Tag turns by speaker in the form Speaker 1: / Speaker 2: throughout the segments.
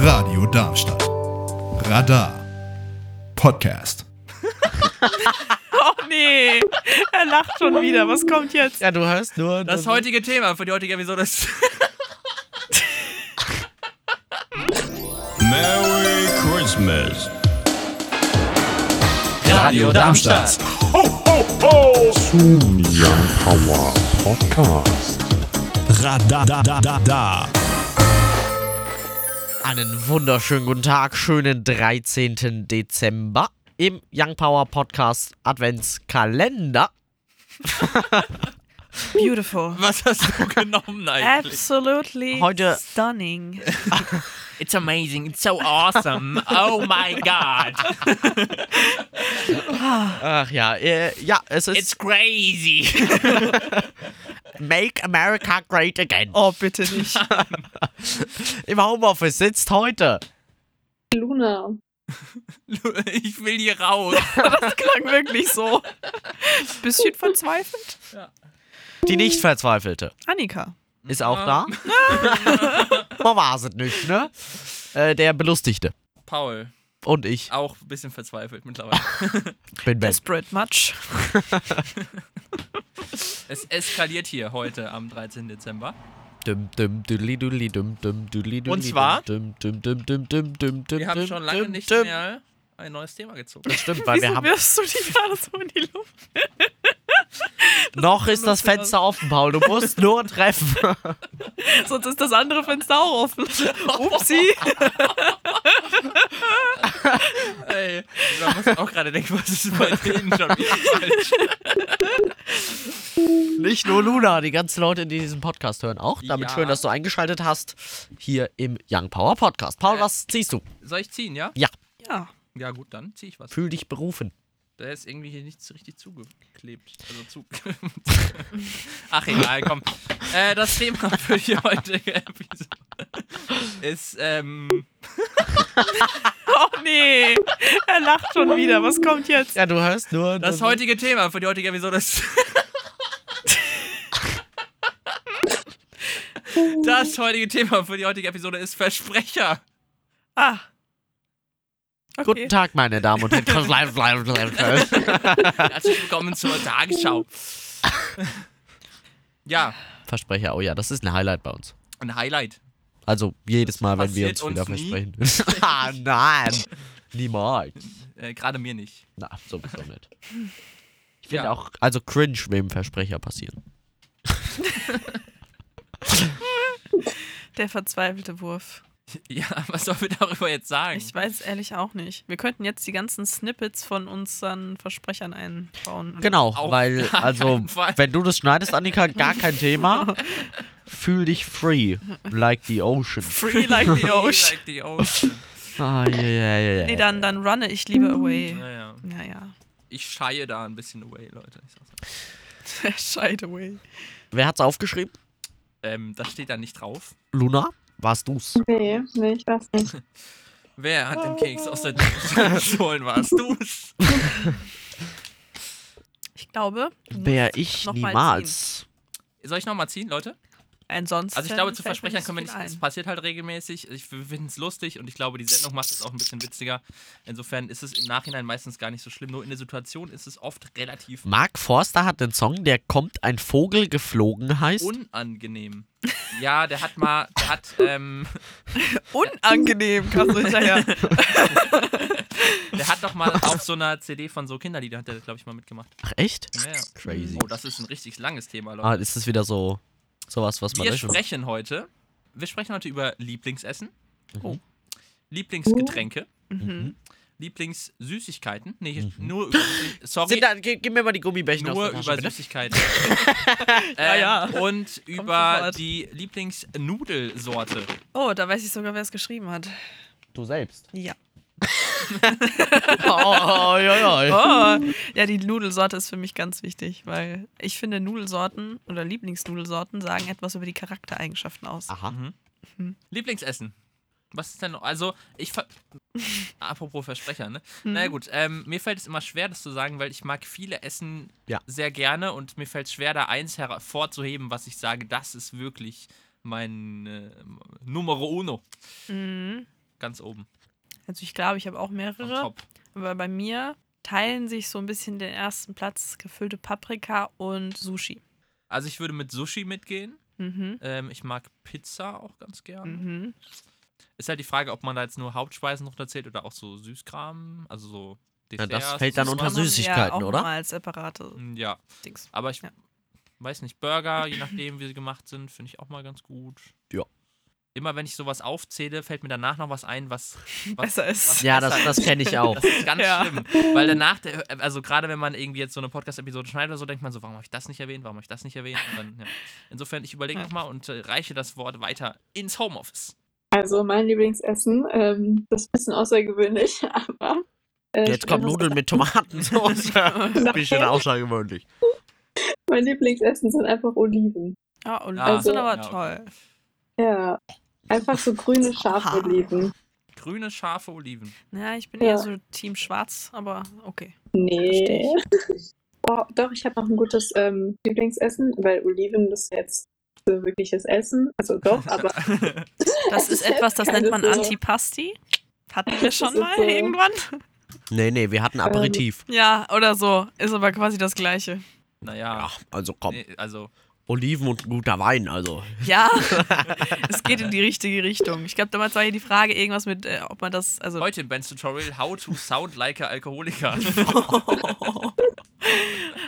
Speaker 1: Radio Darmstadt. Radar. Podcast.
Speaker 2: Oh nee, er lacht schon wieder. Was kommt jetzt?
Speaker 3: Ja, du hast nur.
Speaker 4: Das heutige Thema für die heutige Episode ist.
Speaker 5: Merry Christmas.
Speaker 3: Radio Darmstadt.
Speaker 5: Radar. Da, da, da, da.
Speaker 3: Einen wunderschönen guten Tag, schönen 13. Dezember im Young Power Podcast Adventskalender.
Speaker 2: Beautiful.
Speaker 4: Was hast du genommen eigentlich?
Speaker 2: Absolutely
Speaker 3: Heute-
Speaker 2: stunning.
Speaker 4: It's amazing, it's so awesome. Oh my god.
Speaker 3: Ach ja, äh, ja, es ist
Speaker 4: crazy.
Speaker 3: Make America Great Again.
Speaker 2: Oh, bitte nicht.
Speaker 3: Im Homeoffice sitzt heute.
Speaker 6: Luna.
Speaker 4: Ich will hier raus.
Speaker 2: Das klang wirklich so. Bisschen verzweifelt.
Speaker 3: Die nicht verzweifelte
Speaker 2: Annika.
Speaker 3: ist auch da. Man weiß es nicht, ne? Äh, der Belustigte.
Speaker 4: Paul,
Speaker 3: Und ich
Speaker 4: auch ein bisschen verzweifelt mittlerweile.
Speaker 3: bin Ben.
Speaker 2: Desperate much.
Speaker 4: Es eskaliert hier heute am 13. Dezember.
Speaker 3: Dum, dum, dudli, dudli, dum, dum, dudli, dudli,
Speaker 4: Und zwar?
Speaker 3: dum, dum, dum, dum, dum, dum, dum,
Speaker 4: Wir haben
Speaker 3: dum,
Speaker 4: schon lange
Speaker 3: dum,
Speaker 4: nicht
Speaker 3: dum.
Speaker 4: mehr ein neues Thema gezogen.
Speaker 3: Das stimmt, weil wir
Speaker 2: Wieso
Speaker 3: haben.
Speaker 2: wirfst du die gerade so in die Luft?
Speaker 3: Noch ist das Fenster offen, Paul. Du musst nur treffen.
Speaker 2: Sonst ist das andere Fenster auch offen. Upsi.
Speaker 4: Ey, da muss ich auch gerade denken, was ist bei denen schon wieder falsch?
Speaker 3: Nicht nur Luna, die ganzen Leute, die diesen Podcast hören, auch. Damit
Speaker 4: Ja.
Speaker 3: schön, dass du eingeschaltet hast hier im Young Power Podcast. Paul, was ziehst du?
Speaker 4: Soll ich ziehen, ja?
Speaker 3: Ja,
Speaker 2: Ja.
Speaker 4: Ja, gut, dann zieh ich was.
Speaker 3: fühl dich berufen.
Speaker 4: Da ist irgendwie hier nichts richtig zugeklebt. Also zu. Ach egal, komm. Äh, das Thema für die heutige Episode ist, ähm,
Speaker 2: Oh nee, er lacht schon wieder. Was kommt jetzt?
Speaker 3: Ja, du hörst nur.
Speaker 4: das heutige Thema für die heutige Episode ist. Das heutige Thema für die heutige Episode ist Versprecher.
Speaker 2: Ah. Okay.
Speaker 3: Guten Tag, meine Damen und Herren.
Speaker 4: Herzlich willkommen zur Tagesschau. Ja,
Speaker 3: Versprecher, oh ja, das ist ein Highlight bei uns.
Speaker 4: ein Highlight.
Speaker 3: Also jedes Mal, wenn wir uns
Speaker 4: passiert
Speaker 3: wieder
Speaker 4: uns nie.
Speaker 3: versprechen. ah, nein. Niemals.
Speaker 4: Äh, gerade mir nicht.
Speaker 3: Na, sowieso nicht. Ich finde
Speaker 4: Ja.
Speaker 3: auch, also cringe, wem Versprecher passieren.
Speaker 2: Der verzweifelte Wurf.
Speaker 4: Ja, was sollen wir darüber jetzt sagen?
Speaker 2: Ich weiß es ehrlich auch nicht. Wir könnten jetzt die ganzen Snippets von unseren Versprechern einbauen.
Speaker 3: Genau,
Speaker 4: Auf
Speaker 3: weil,
Speaker 4: gar
Speaker 3: also,
Speaker 4: keinen Fall.
Speaker 3: wenn du das schneidest, Annika, gar kein Thema. Fühl dich free, like the ocean.
Speaker 2: Free like the ocean.
Speaker 4: Like the ocean.
Speaker 3: Ah, ja, ja, ja,
Speaker 2: Nee,
Speaker 3: ja.
Speaker 2: dann, dann runne ich lieber away.
Speaker 4: Naja.
Speaker 2: Naja,
Speaker 4: Ich scheie da ein bisschen away, Leute. Ich sag's euch.
Speaker 2: shide away.
Speaker 3: Wer hat's aufgeschrieben?
Speaker 4: Ähm, das steht da nicht drauf.
Speaker 3: Luna? Warst du's?
Speaker 6: Nee, nee, ich weiß nicht.
Speaker 4: Wer hat den Keks aus der Dose gestohlen? Warst du's?
Speaker 2: Ich glaube, du
Speaker 3: Wär
Speaker 2: musst
Speaker 3: ich
Speaker 2: noch mal ziehen.
Speaker 3: niemals.
Speaker 4: Soll ich nochmal ziehen, Leute?
Speaker 2: Ansonsten.
Speaker 4: Also ich glaube, zu
Speaker 2: fällt mir
Speaker 4: Versprechern können wir nicht.
Speaker 2: viel
Speaker 4: Es
Speaker 2: ein.
Speaker 4: passiert halt regelmäßig. Ich finde es lustig und ich glaube, die Sendung macht es auch ein bisschen witziger. Insofern ist es im Nachhinein meistens gar nicht so schlimm. Nur in der Situation ist es oft relativ
Speaker 3: Mark Forster hat einen Song, der kommt ein Vogel geflogen heißt.
Speaker 4: unangenehm. Ja, der hat mal, der hat, ähm,
Speaker 2: Unangenehm, kannst du hinterher.
Speaker 4: der hat doch mal auf so einer CD von so Kinderlieder, hat der, glaube ich, mal mitgemacht.
Speaker 3: Ach, echt?
Speaker 4: Ja, ja.
Speaker 3: Crazy.
Speaker 4: Oh, das ist ein richtig langes Thema, Leute.
Speaker 3: Ah, ist das wieder so. Sowas, was man
Speaker 4: Wir
Speaker 3: nicht-
Speaker 4: sprechen heute. Wir sprechen heute über Lieblingsessen, Oh.
Speaker 3: Mhm.
Speaker 4: Lieblingsgetränke,
Speaker 2: Mhm.
Speaker 4: Lieblingssüßigkeiten. Nee, hier- nur über, sorry,
Speaker 3: Mhm. Sind da, gib, gib mir mal die Gummibärchen aus
Speaker 4: nur
Speaker 3: der Tasche,
Speaker 4: über
Speaker 3: bitte.
Speaker 4: Süßigkeiten.
Speaker 2: Ja, ja.
Speaker 4: Ähm, Und über
Speaker 2: sofort.
Speaker 4: die Lieblingsnudelsorte.
Speaker 2: Oh, da weiß ich sogar, wer es geschrieben hat.
Speaker 3: Du selbst.
Speaker 2: Ja.
Speaker 3: oh, oh,
Speaker 4: Mhm.
Speaker 3: oh, oh.
Speaker 2: Oh, ja, die Nudelsorte ist für mich ganz wichtig, weil ich finde, Nudelsorten oder Lieblingsnudelsorten sagen etwas über die Charaktereigenschaften aus.
Speaker 3: Aha.
Speaker 4: Lieblingsessen. Was ist denn noch? Also, ich. ver- Apropos Versprecher, ne? Naja, gut. Ähm, mir fällt es immer schwer, das zu sagen, weil ich mag viele Essen
Speaker 3: Ja.
Speaker 4: sehr gerne und mir fällt es schwer, da eins hervorzuheben, was ich sage, das ist wirklich mein, äh, Numero uno.
Speaker 2: Mhm.
Speaker 4: Ganz oben.
Speaker 2: Also ich glaube, ich habe auch
Speaker 4: On
Speaker 2: mehrere.
Speaker 4: top.
Speaker 2: Aber bei mir teilen sich so ein bisschen den ersten Platz gefüllte Paprika und Sushi.
Speaker 4: Also ich würde mit Sushi mitgehen.
Speaker 2: Mhm.
Speaker 4: Ähm, ich mag Pizza auch ganz gern.
Speaker 2: Mhm.
Speaker 4: Ist halt die Frage, ob man da jetzt nur Hauptspeisen noch erzählt oder auch so Süßkram, also so
Speaker 3: das
Speaker 4: Desserts.
Speaker 3: fällt dann
Speaker 4: Süßkram.
Speaker 3: unter
Speaker 2: Kann man
Speaker 3: Süßigkeiten,
Speaker 2: ja auch
Speaker 3: oder?
Speaker 2: Mal als separate
Speaker 4: Mm, Ja,
Speaker 2: Dings.
Speaker 4: aber ich
Speaker 2: Ja.
Speaker 4: weiß nicht, Burger, je nachdem, wie sie gemacht sind, finde ich auch mal ganz gut.
Speaker 3: Ja.
Speaker 4: Immer wenn ich sowas aufzähle, fällt mir danach noch was ein, was, was
Speaker 2: Besser ist.
Speaker 4: was
Speaker 3: Ja,
Speaker 4: besser
Speaker 3: das,
Speaker 4: ist.
Speaker 3: das kenne ich auch.
Speaker 4: Das ist ganz
Speaker 2: Ja.
Speaker 4: schlimm. Weil danach, der- also gerade wenn man irgendwie jetzt so eine Podcast-Episode schneidet oder so, denkt man so, warum habe ich das nicht erwähnt, warum habe ich das nicht erwähnt? Und dann, ja. Insofern, ich überlege
Speaker 2: Ja.
Speaker 4: nochmal und äh, reiche das Wort weiter ins Homeoffice.
Speaker 6: Also mein Lieblingsessen, ähm, das ist ein bisschen außergewöhnlich, aber. äh,
Speaker 3: Jetzt kommt
Speaker 6: Spaghetti-
Speaker 3: Nudeln mit Tomatensauce. Ein bisschen außergewöhnlich.
Speaker 6: Mein Lieblingsessen sind einfach Oliven.
Speaker 2: Ah, und
Speaker 4: Ah,
Speaker 2: das
Speaker 6: also,
Speaker 2: sind
Speaker 4: ja,
Speaker 2: aber
Speaker 4: okay.
Speaker 2: toll.
Speaker 6: Ja. Einfach so grüne, scharfe
Speaker 2: Oha.
Speaker 6: Oliven.
Speaker 4: Grüne, scharfe Oliven.
Speaker 2: Ja, ich bin
Speaker 6: Ja.
Speaker 2: eher so Team Schwarz, aber okay.
Speaker 6: Nee. Oh, doch, ich habe noch ein gutes ähm, Lieblingsessen, weil Oliven das ist jetzt so wirkliches Essen. Also doch, aber
Speaker 2: Das ist etwas, das nennt man
Speaker 6: Keine Sorge.
Speaker 2: Antipasti. Hatten wir schon
Speaker 6: Das ist
Speaker 2: mal
Speaker 6: so.
Speaker 2: irgendwann?
Speaker 3: Nee, nee, wir hatten Aperitif.
Speaker 4: Ähm.
Speaker 2: Ja, oder so. Ist aber quasi das Gleiche.
Speaker 4: Naja,
Speaker 3: Ach, also komm,
Speaker 4: nee, also
Speaker 3: Oliven und guter Wein, also.
Speaker 2: Ja, es geht in die richtige Richtung. Ich glaube, damals war hier die Frage irgendwas mit, äh, ob man das, also
Speaker 4: Heute im Ben's Tutorial How to Sound Like a Alkoholiker.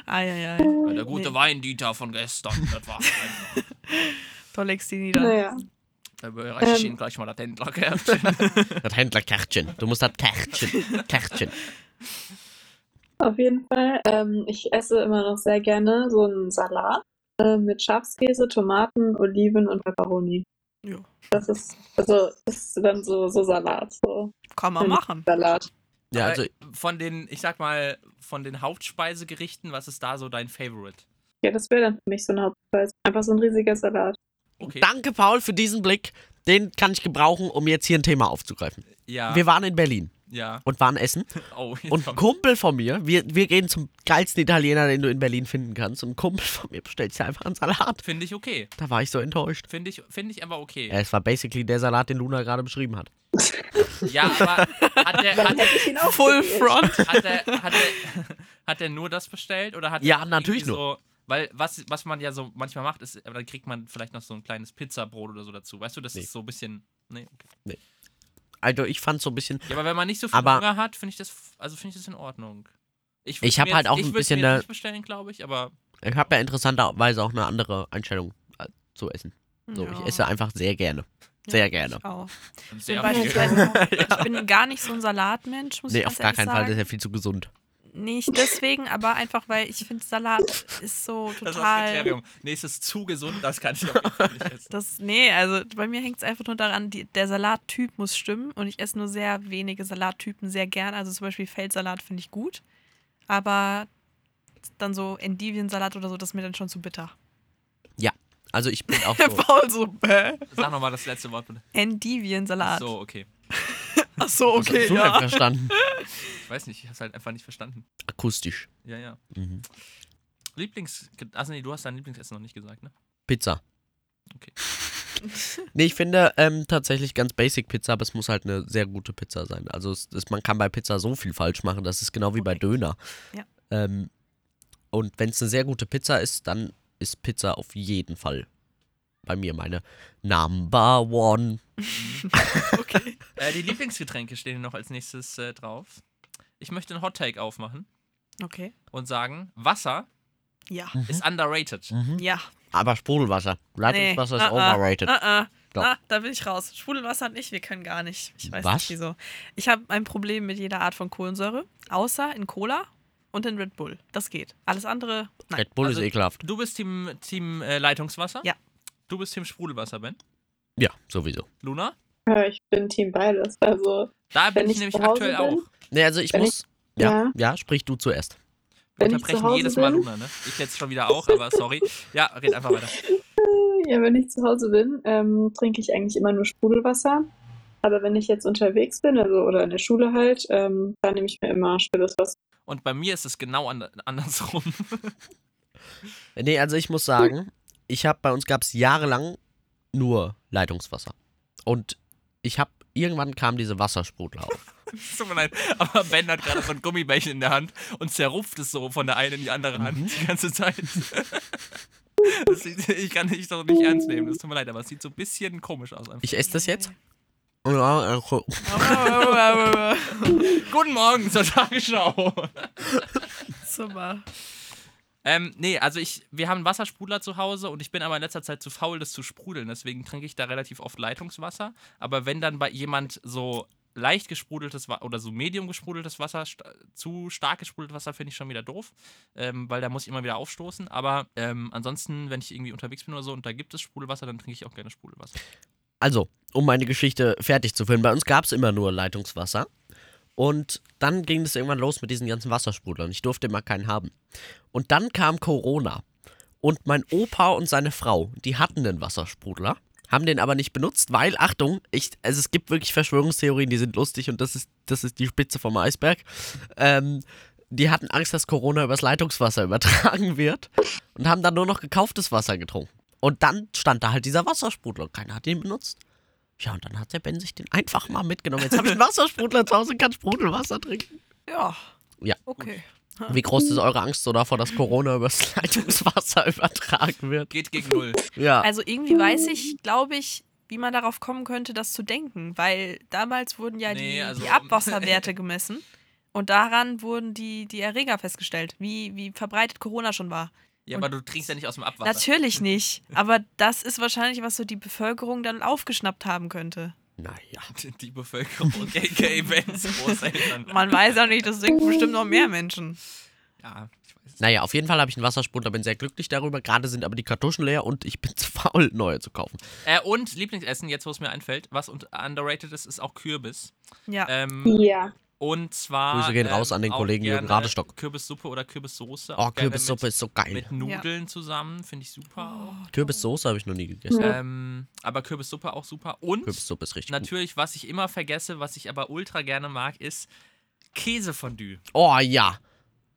Speaker 2: Ah, ja, ja. ja.
Speaker 4: Der gute
Speaker 2: Nee.
Speaker 4: Wein Dieter von gestern, das war einfach.
Speaker 2: Toll legst die nieder.
Speaker 6: naja.
Speaker 4: Da überreiche ich
Speaker 6: Ähm.
Speaker 4: Ihnen gleich mal das Händlerkärtchen.
Speaker 3: Das Händlerkärtchen. Du musst das Kärtchen. Kärtchen.
Speaker 6: Auf jeden Fall. Ähm, ich esse immer noch sehr gerne so einen Salat äh, mit Schafskäse, Tomaten, Oliven und Peperoni.
Speaker 2: Ja.
Speaker 6: Das ist, also, das ist dann so, so Salat. So
Speaker 2: Kann man machen.
Speaker 6: Salat.
Speaker 3: Ja, also,
Speaker 4: Aber Von den, ich sag mal, von den Hauptspeisegerichten, was ist da so dein Favorite?
Speaker 6: Ja, das wäre dann für mich so ein Hauptspeise. Einfach so ein riesiger Salat.
Speaker 4: Okay.
Speaker 3: danke, Paul, für diesen Blick. Den kann ich gebrauchen, um jetzt hier ein Thema aufzugreifen.
Speaker 4: Ja.
Speaker 3: Wir waren in Berlin
Speaker 4: ja.
Speaker 3: und waren essen.
Speaker 4: Oh, jetzt
Speaker 3: Und ein
Speaker 4: kommt-
Speaker 3: Kumpel von mir, wir, wir gehen zum geilsten Italiener, den du in Berlin finden kannst. Und ein Kumpel von mir bestellt sich einfach einen Salat.
Speaker 4: finde ich okay.
Speaker 3: Da war ich so enttäuscht.
Speaker 4: Finde ich, finde ich aber okay.
Speaker 3: Ja, es war basically der Salat, den Luna gerade beschrieben hat.
Speaker 4: Ja, aber hat der, hat,
Speaker 6: Hätte ich ihn auch
Speaker 2: Full
Speaker 6: gewählt.
Speaker 2: Front.
Speaker 4: hat, der, hat, der, hat der nur das bestellt oder hat
Speaker 3: Ja,
Speaker 4: der
Speaker 3: natürlich
Speaker 4: irgendwie So, weil was, was man ja so manchmal macht, ist, aber dann kriegt man vielleicht noch so ein kleines Pizzabrot oder so dazu. Weißt du, das
Speaker 3: Nee.
Speaker 4: ist so ein bisschen. Nee, okay.
Speaker 3: Also, ich fand so ein bisschen.
Speaker 4: Ja, aber wenn man nicht so viel
Speaker 3: Aber-
Speaker 4: Hunger hat, finde ich das, f- also finde ich das in Ordnung. Ich,
Speaker 3: Ich hab halt auch ein bisschen
Speaker 4: da.
Speaker 3: ne-
Speaker 4: Nicht bestellen, glaube ich, aber
Speaker 3: Ich habe ja interessanterweise auch eine andere Einstellung äh, zu essen. So,
Speaker 2: Ja.
Speaker 3: ich esse einfach sehr gerne. Sehr gerne.
Speaker 2: Ich auch. Ich
Speaker 4: sehr
Speaker 2: bin,
Speaker 4: viel.
Speaker 2: beispielsweise- ich bin gar nicht so ein Salatmensch, muss
Speaker 3: Nee,
Speaker 2: ich
Speaker 3: auf
Speaker 2: ganz
Speaker 3: gar
Speaker 2: ehrlich
Speaker 3: keinen
Speaker 2: sagen.
Speaker 3: Fall, das ist ja viel zu gesund.
Speaker 2: Nicht deswegen, aber einfach, weil ich finde, Salat ist so
Speaker 4: Das ist das
Speaker 2: total.
Speaker 4: Kriterium. Nee, es ist zu gesund, das kann ich auf jeden Fall nicht essen.
Speaker 2: Das, nee, also bei mir hängt es einfach nur daran, die, der Salattyp muss stimmen und ich esse nur sehr wenige Salattypen sehr gern. Also zum Beispiel Feldsalat finde ich gut, aber dann so Endiviensalat oder so, das ist mir dann schon zu bitter.
Speaker 3: Also ich bin auch
Speaker 2: Der
Speaker 3: so.
Speaker 2: Paul so, bäh.
Speaker 4: Sag nochmal das letzte Wort bitte.
Speaker 2: Endiviensalat.
Speaker 4: So, okay.
Speaker 2: Ach so,
Speaker 3: Was hast
Speaker 2: okay,
Speaker 3: du denn
Speaker 2: ja.
Speaker 3: verstanden?
Speaker 4: Ich weiß nicht, ich hab's halt einfach nicht verstanden.
Speaker 3: Akustisch.
Speaker 4: Ja, ja.
Speaker 3: Mhm.
Speaker 4: Lieblings. Also nee, du hast dein Lieblingsessen noch nicht gesagt, ne?
Speaker 3: Pizza.
Speaker 4: Okay.
Speaker 3: Nee, ich finde ähm, tatsächlich ganz basic Pizza, aber es muss halt eine sehr gute Pizza sein. Also es, es, man kann bei Pizza so viel falsch machen, das ist genau wie bei
Speaker 2: Korrekt.
Speaker 3: Döner.
Speaker 2: Ja.
Speaker 3: Ähm, und wenn es eine sehr gute Pizza ist, dann ist Pizza auf jeden Fall bei mir meine Number One.
Speaker 2: Okay.
Speaker 4: Äh, die Lieblingsgetränke stehen noch als nächstes äh, drauf. Ich möchte einen Hot Take aufmachen
Speaker 2: okay.
Speaker 4: und sagen, Wasser
Speaker 2: Ja.
Speaker 6: Mhm.
Speaker 4: ist underrated.
Speaker 2: Ja.
Speaker 3: Aber Sprudelwasser, Leitungswasser ist
Speaker 2: ah, ah,
Speaker 3: overrated.
Speaker 2: Ah, ah.
Speaker 3: Doch.
Speaker 2: Ah, da bin ich raus. Sprudelwasser und ich, wir können gar nicht. Ich weiß
Speaker 3: Was?
Speaker 2: nicht wieso. Ich habe ein Problem mit jeder Art von Kohlensäure, außer in Cola und in Red Bull. Das geht. Alles andere, nein.
Speaker 3: Red Bull
Speaker 4: Also-
Speaker 3: ist ekelhaft.
Speaker 4: Du bist Team, Team äh, Leitungswasser?
Speaker 2: Ja.
Speaker 4: Du bist Team Sprudelwasser, Ben.
Speaker 3: Ja, sowieso.
Speaker 4: Luna?
Speaker 6: Ja, ich bin Team beides. Also,
Speaker 4: Da bin
Speaker 6: Wenn
Speaker 4: ich
Speaker 6: ich
Speaker 4: nämlich
Speaker 6: zu Hause
Speaker 4: aktuell
Speaker 6: bin?
Speaker 4: auch.
Speaker 3: Nee, also ich
Speaker 6: Wenn ich-
Speaker 3: muss. ja, ja, sprich du zuerst.
Speaker 4: Wir
Speaker 6: Wenn ich zu
Speaker 4: unterbrechen
Speaker 6: Hause
Speaker 4: jedes Mal
Speaker 6: bin?
Speaker 4: Luna, ne? Ich jetzt schon wieder auch, aber sorry. Ja, red einfach weiter.
Speaker 6: ja, wenn ich zu Hause bin, ähm, trinke ich eigentlich immer nur Sprudelwasser. Aber wenn ich jetzt unterwegs bin, also oder in der Schule halt, ähm, dann nehme ich mir immer stilles Wasser.
Speaker 4: Und bei mir ist es genau an, andersrum.
Speaker 3: Nee, also ich muss sagen, ich habe bei uns gab es jahrelang nur Leitungswasser. Und ich habe irgendwann kam diese Wassersprudler auf.
Speaker 4: Es Tut mir leid, aber Ben hat gerade so ein Gummibärchen in der Hand und zerrupft es so von der einen in die andere Hand die ganze Zeit. Das sieht, ich kann dich doch nicht ernst nehmen, das tut mir leid, aber es sieht so ein bisschen komisch aus. Einfach.
Speaker 3: Ich esse das jetzt. Ja, äh,
Speaker 4: Guten Morgen zur Tagesschau.
Speaker 2: Super.
Speaker 4: Ähm, nee, also ich, wir haben einen Wassersprudler zu Hause und ich bin aber in letzter Zeit zu faul, das zu sprudeln. Deswegen trinke ich da relativ oft Leitungswasser. Aber wenn dann bei jemand so leicht gesprudeltes Wa- oder so medium gesprudeltes Wasser, sta zu stark gesprudeltes Wasser finde ich schon wieder doof, ähm, weil da muss ich immer wieder aufstoßen. Aber ähm, ansonsten, wenn ich irgendwie unterwegs bin oder so und da gibt es Sprudelwasser, dann trinke ich auch gerne Sprudelwasser.
Speaker 3: Also, um meine Geschichte fertig zu führen, bei uns gab es immer nur Leitungswasser. Und dann ging es irgendwann los mit diesen ganzen Wassersprudlern. Ich durfte immer keinen haben. Und dann kam Corona. Und mein Opa und seine Frau, die hatten den Wassersprudler, haben den aber nicht benutzt, weil, Achtung, ich, also es gibt wirklich Verschwörungstheorien, die sind lustig und das ist, das ist die Spitze vom Eisberg. Ähm, die hatten Angst, dass Corona übers Leitungswasser übertragen wird und haben dann nur noch gekauftes Wasser getrunken. Und dann stand da halt dieser Wassersprudler und keiner hat ihn benutzt. Ja, und dann hat der Ben sich den einfach mal mitgenommen. Jetzt habe ich einen Wassersprudler zu Hause und kann Sprudelwasser trinken.
Speaker 2: Ja.
Speaker 3: Ja.
Speaker 2: Okay.
Speaker 3: Wie groß ist eure Angst so davor, dass Corona übers Leitungswasser übertragen wird?
Speaker 4: Geht gegen null.
Speaker 3: Ja.
Speaker 2: Also irgendwie weiß ich, glaube ich, wie man darauf kommen könnte, das zu denken, weil damals wurden ja die,
Speaker 4: Nee, also-
Speaker 2: die Abwasserwerte gemessen und daran wurden die, die Erreger festgestellt, wie, wie verbreitet Corona schon war.
Speaker 4: Ja,
Speaker 2: Und-
Speaker 4: aber du trinkst ja nicht aus dem Abwasser.
Speaker 2: Natürlich nicht, aber das ist wahrscheinlich, was so die Bevölkerung dann aufgeschnappt haben könnte.
Speaker 3: Naja.
Speaker 4: Die Bevölkerung, aka Bens Großeltern.
Speaker 2: Man weiß auch nicht, das denken bestimmt noch mehr Menschen.
Speaker 4: Ja, ich weiß es.
Speaker 3: Naja, auf jeden Fall habe ich einen Wassersprudler, bin sehr glücklich darüber. Gerade sind aber die Kartuschen leer und ich bin zu faul, neue zu kaufen.
Speaker 4: Äh, und Lieblingsessen, jetzt wo es mir einfällt, was und underrated ist, ist auch Kürbis.
Speaker 2: Ja.
Speaker 4: Ähm,
Speaker 6: Ja.
Speaker 4: und zwar.
Speaker 3: Grüße gehen
Speaker 4: ähm,
Speaker 3: raus an den
Speaker 4: auch
Speaker 3: Kollegen Jürgen
Speaker 4: gerne
Speaker 3: Radestock.
Speaker 4: Kürbissuppe oder Kürbissoße.
Speaker 3: Oh,
Speaker 4: auch gerne
Speaker 3: Kürbissuppe
Speaker 4: mit,
Speaker 3: ist so geil.
Speaker 4: Mit Nudeln zusammen, finde ich super. auch.
Speaker 3: Kürbissoße habe ich noch nie gegessen.
Speaker 4: Ähm, aber Kürbissuppe auch super. Und
Speaker 3: Kürbissuppe ist richtig gut.
Speaker 4: natürlich, was ich immer vergesse, was ich aber ultra gerne mag, ist Käsefondue.
Speaker 3: Oh ja.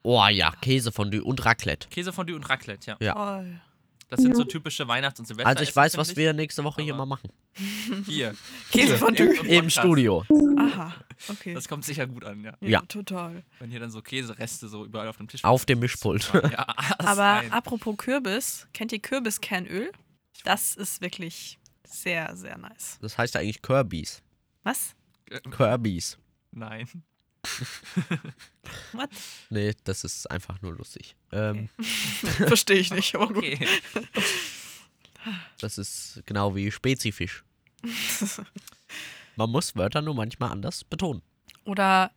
Speaker 3: Oh ja, Käsefondue und Raclette.
Speaker 4: Käsefondue und Raclette, ja.
Speaker 3: Ja.
Speaker 2: Toll.
Speaker 4: Das sind so typische Weihnachts- und Silvester.
Speaker 3: Also ich weiß, was wir nächste Woche hier mal
Speaker 4: aber-
Speaker 3: machen.
Speaker 4: hier
Speaker 2: Käsefondue.
Speaker 3: Im Studio.
Speaker 2: Aha, okay.
Speaker 4: Das kommt sicher gut an, ja.
Speaker 3: Ja.
Speaker 2: Total.
Speaker 4: Wenn hier dann so Käsereste so überall auf dem Tisch
Speaker 3: Auf dem Mischpult.
Speaker 4: Ja, alles
Speaker 2: Aber
Speaker 4: ein.
Speaker 2: apropos Kürbis, kennt ihr Kürbiskernöl? Das ist wirklich sehr, sehr nice.
Speaker 3: Das heißt ja eigentlich Kirby's.
Speaker 2: Was?
Speaker 3: Kirby's.
Speaker 4: Nein.
Speaker 2: What?
Speaker 3: Nee, das ist einfach nur lustig. Ähm,
Speaker 2: Verstehe ich nicht, aber gut.
Speaker 4: Okay.
Speaker 3: Das ist genau wie spezifisch. Man muss Wörter nur manchmal anders betonen.
Speaker 2: Oder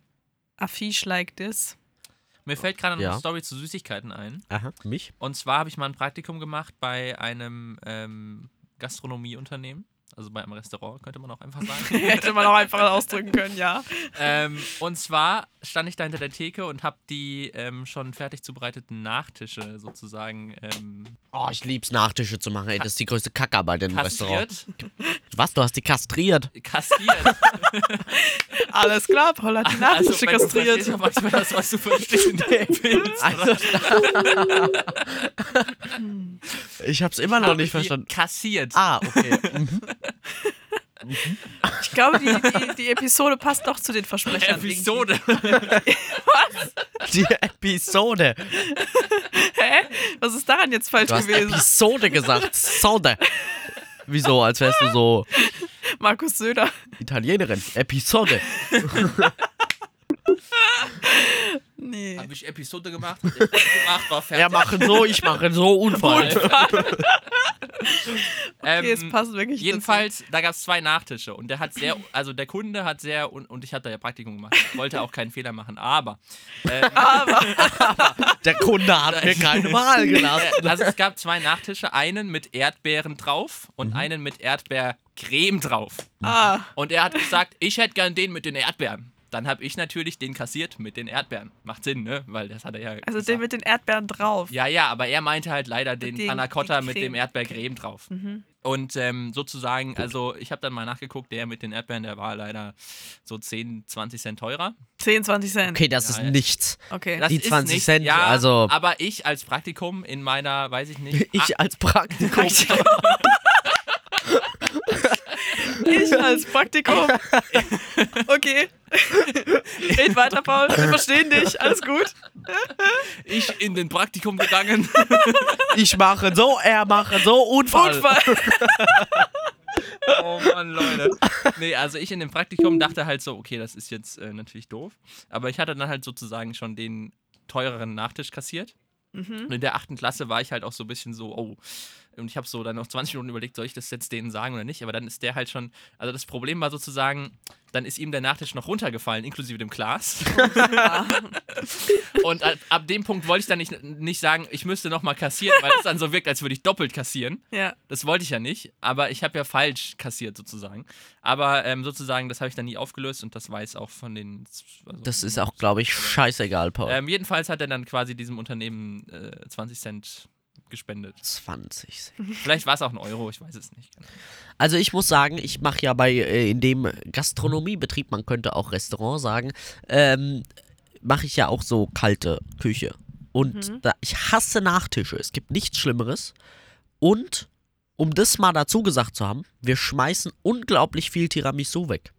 Speaker 2: Affiche like this.
Speaker 4: Mir fällt gerade noch
Speaker 3: Ja.
Speaker 4: eine Story zu Süßigkeiten ein.
Speaker 3: Aha. Mich?
Speaker 4: Und zwar habe ich mal ein Praktikum gemacht bei einem ähm, Gastronomieunternehmen. Also bei einem Restaurant, könnte man auch einfach sagen.
Speaker 2: Hätte man auch einfach ausdrücken können, ja.
Speaker 4: ähm, und zwar stand ich da hinter der Theke und habe die ähm, schon fertig zubereiteten Nachtische sozusagen ähm,
Speaker 3: Oh, ich lieb's, Nachtische zu machen. Ey, das ist die größte Kackarbeit in einem Restaurant.
Speaker 4: kastriert.
Speaker 3: Was? Du hast die kastriert?
Speaker 4: Kastriert. Also
Speaker 2: Alles klar, Paul hat die Nachricht
Speaker 4: wenn du verstehst,
Speaker 2: kastriert.
Speaker 4: dann mach ich mir das, was du verstehen willst.
Speaker 3: Ah, Ich hab's immer noch nicht verstanden.
Speaker 4: Kassiert.
Speaker 3: Ah, okay.
Speaker 2: Ich glaube, die, die, die Episode passt doch zu den Versprechern.
Speaker 4: Episode.
Speaker 3: Die Episode.
Speaker 2: irgendwie. Was ist daran jetzt falsch
Speaker 3: Du hast
Speaker 2: gewesen?
Speaker 3: Episode gesagt. Sode. Wieso? Als wärst du so
Speaker 2: Markus Söder.
Speaker 3: Italienerin. Episode.
Speaker 2: Nee.
Speaker 4: Habe ich Episode gemacht? Episode gemacht, war fertig.
Speaker 3: Er machen so, ich mache so Unfall.
Speaker 4: Ähm,
Speaker 2: Okay, es passt wirklich.
Speaker 4: Jedenfalls, da gab es zwei Nachtische und der hat sehr, also der Kunde hat sehr, und, und ich hatte ja Praktikum gemacht, ich wollte auch keinen Fehler machen, aber
Speaker 3: Der Kunde hat mir keine Wahl gelassen.
Speaker 4: äh, also es gab zwei Nachtische, einen mit Erdbeeren drauf und einen mit Erdbeercreme drauf.
Speaker 2: dazu. Ah,
Speaker 4: Und er hat gesagt, ich hätte gern den mit den Erdbeeren. Dann habe ich natürlich den kassiert mit den Erdbeeren. Macht Sinn, ne? Weil das hat er ja.
Speaker 2: also
Speaker 4: gesagt.
Speaker 2: den mit den Erdbeeren drauf.
Speaker 4: Ja, ja, aber er meinte halt leider den,
Speaker 2: Den-
Speaker 4: Panna Cotta
Speaker 2: die
Speaker 4: mit
Speaker 2: Creme. Mhm.
Speaker 4: dem Erdbeercreme drauf. Und ähm, sozusagen, also ich habe dann mal nachgeguckt, der mit den Erdbeeren, der war leider so 10, 20 Cent teurer.
Speaker 2: 10, 20 Cent.
Speaker 3: Okay, das ist
Speaker 4: ja.
Speaker 3: nichts.
Speaker 2: Okay.
Speaker 4: Das
Speaker 3: Die
Speaker 4: ist
Speaker 3: 20
Speaker 4: nicht,
Speaker 3: Cent,
Speaker 4: ja,
Speaker 3: also-
Speaker 4: Aber ich als Praktikum in meiner, weiß ich ah,
Speaker 3: Ah.
Speaker 4: nicht.
Speaker 3: Ich als Praktikum.
Speaker 2: Ich als Praktikum. Okay. Red weiter, Paul. Wir verstehen dich. Alles gut.
Speaker 4: Ich in den Praktikum gegangen.
Speaker 3: Ich mache so, er mache so, Unfall.
Speaker 2: Unfall.
Speaker 4: Oh Mann, Leute. Nee, also ich in dem Praktikum dachte halt so, okay, das ist jetzt äh, natürlich doof. Aber ich hatte dann halt sozusagen schon den teureren Nachtisch kassiert. Und in der achten Klasse war ich halt auch so ein bisschen so, oh. Und ich habe so dann noch 20 Minuten überlegt, soll ich das jetzt denen sagen oder nicht? Aber dann ist der halt schon, also das Problem war sozusagen, dann ist ihm der Nachtisch noch runtergefallen, inklusive dem Glas. Und ab, ab dem Punkt wollte ich dann nicht, nicht sagen, ich müsste nochmal kassieren, weil es dann so wirkt, als würde ich doppelt kassieren.
Speaker 2: Ja.
Speaker 4: Das wollte ich ja nicht, aber ich habe ja falsch kassiert sozusagen. Aber ähm, sozusagen, das habe ich dann nie aufgelöst und das weiß auch von den. also-
Speaker 3: Das ist auch, glaube ich, scheißegal, Paul.
Speaker 4: Ähm, jedenfalls hat er dann quasi diesem Unternehmen äh, 20 Cent gespendet.
Speaker 3: 20.
Speaker 4: Vielleicht war es auch ein Euro, ich weiß es nicht. genau.
Speaker 3: Also ich muss sagen, ich mache ja bei äh, in dem Gastronomiebetrieb, man könnte auch Restaurant sagen, ähm, mache ich ja auch so kalte Küche. Und da, ich hasse Nachtische. Es gibt nichts Schlimmeres. Und um das mal dazu gesagt zu haben, wir schmeißen unglaublich viel Tiramisu weg.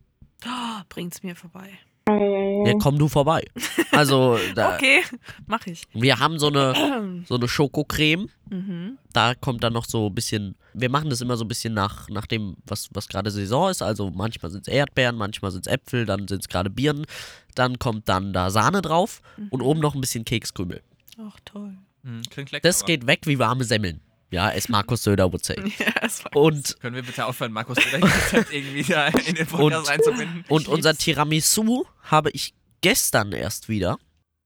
Speaker 2: Bringt's mir vorbei.
Speaker 3: Ja, komm du vorbei. Also da,
Speaker 2: Okay, mach ich.
Speaker 3: wir haben so eine
Speaker 2: Mhm.
Speaker 3: so eine Schokocreme. Da kommt dann noch so ein bisschen, wir machen das immer so ein bisschen nach, nach dem, was, was gerade Saison ist. Also manchmal sind es Erdbeeren, manchmal sind es Äpfel, dann sind es gerade Birnen. Dann kommt dann da Sahne drauf
Speaker 2: Mhm.
Speaker 3: und oben noch ein bisschen Kekskrümel.
Speaker 2: Ach, toll.
Speaker 4: Hm, klingt lecker.
Speaker 3: Mhm. Das
Speaker 4: aber
Speaker 3: geht weg wie warme Semmeln. Ja, es Markus Söder would say.
Speaker 2: Ja, es war
Speaker 3: Und,
Speaker 4: Können wir bitte aufhören, Markus, vielleicht das halt irgendwie da in den Podcast
Speaker 3: Und-
Speaker 4: einzubinden?
Speaker 3: und unser Tiramisu habe ich gestern erst wieder.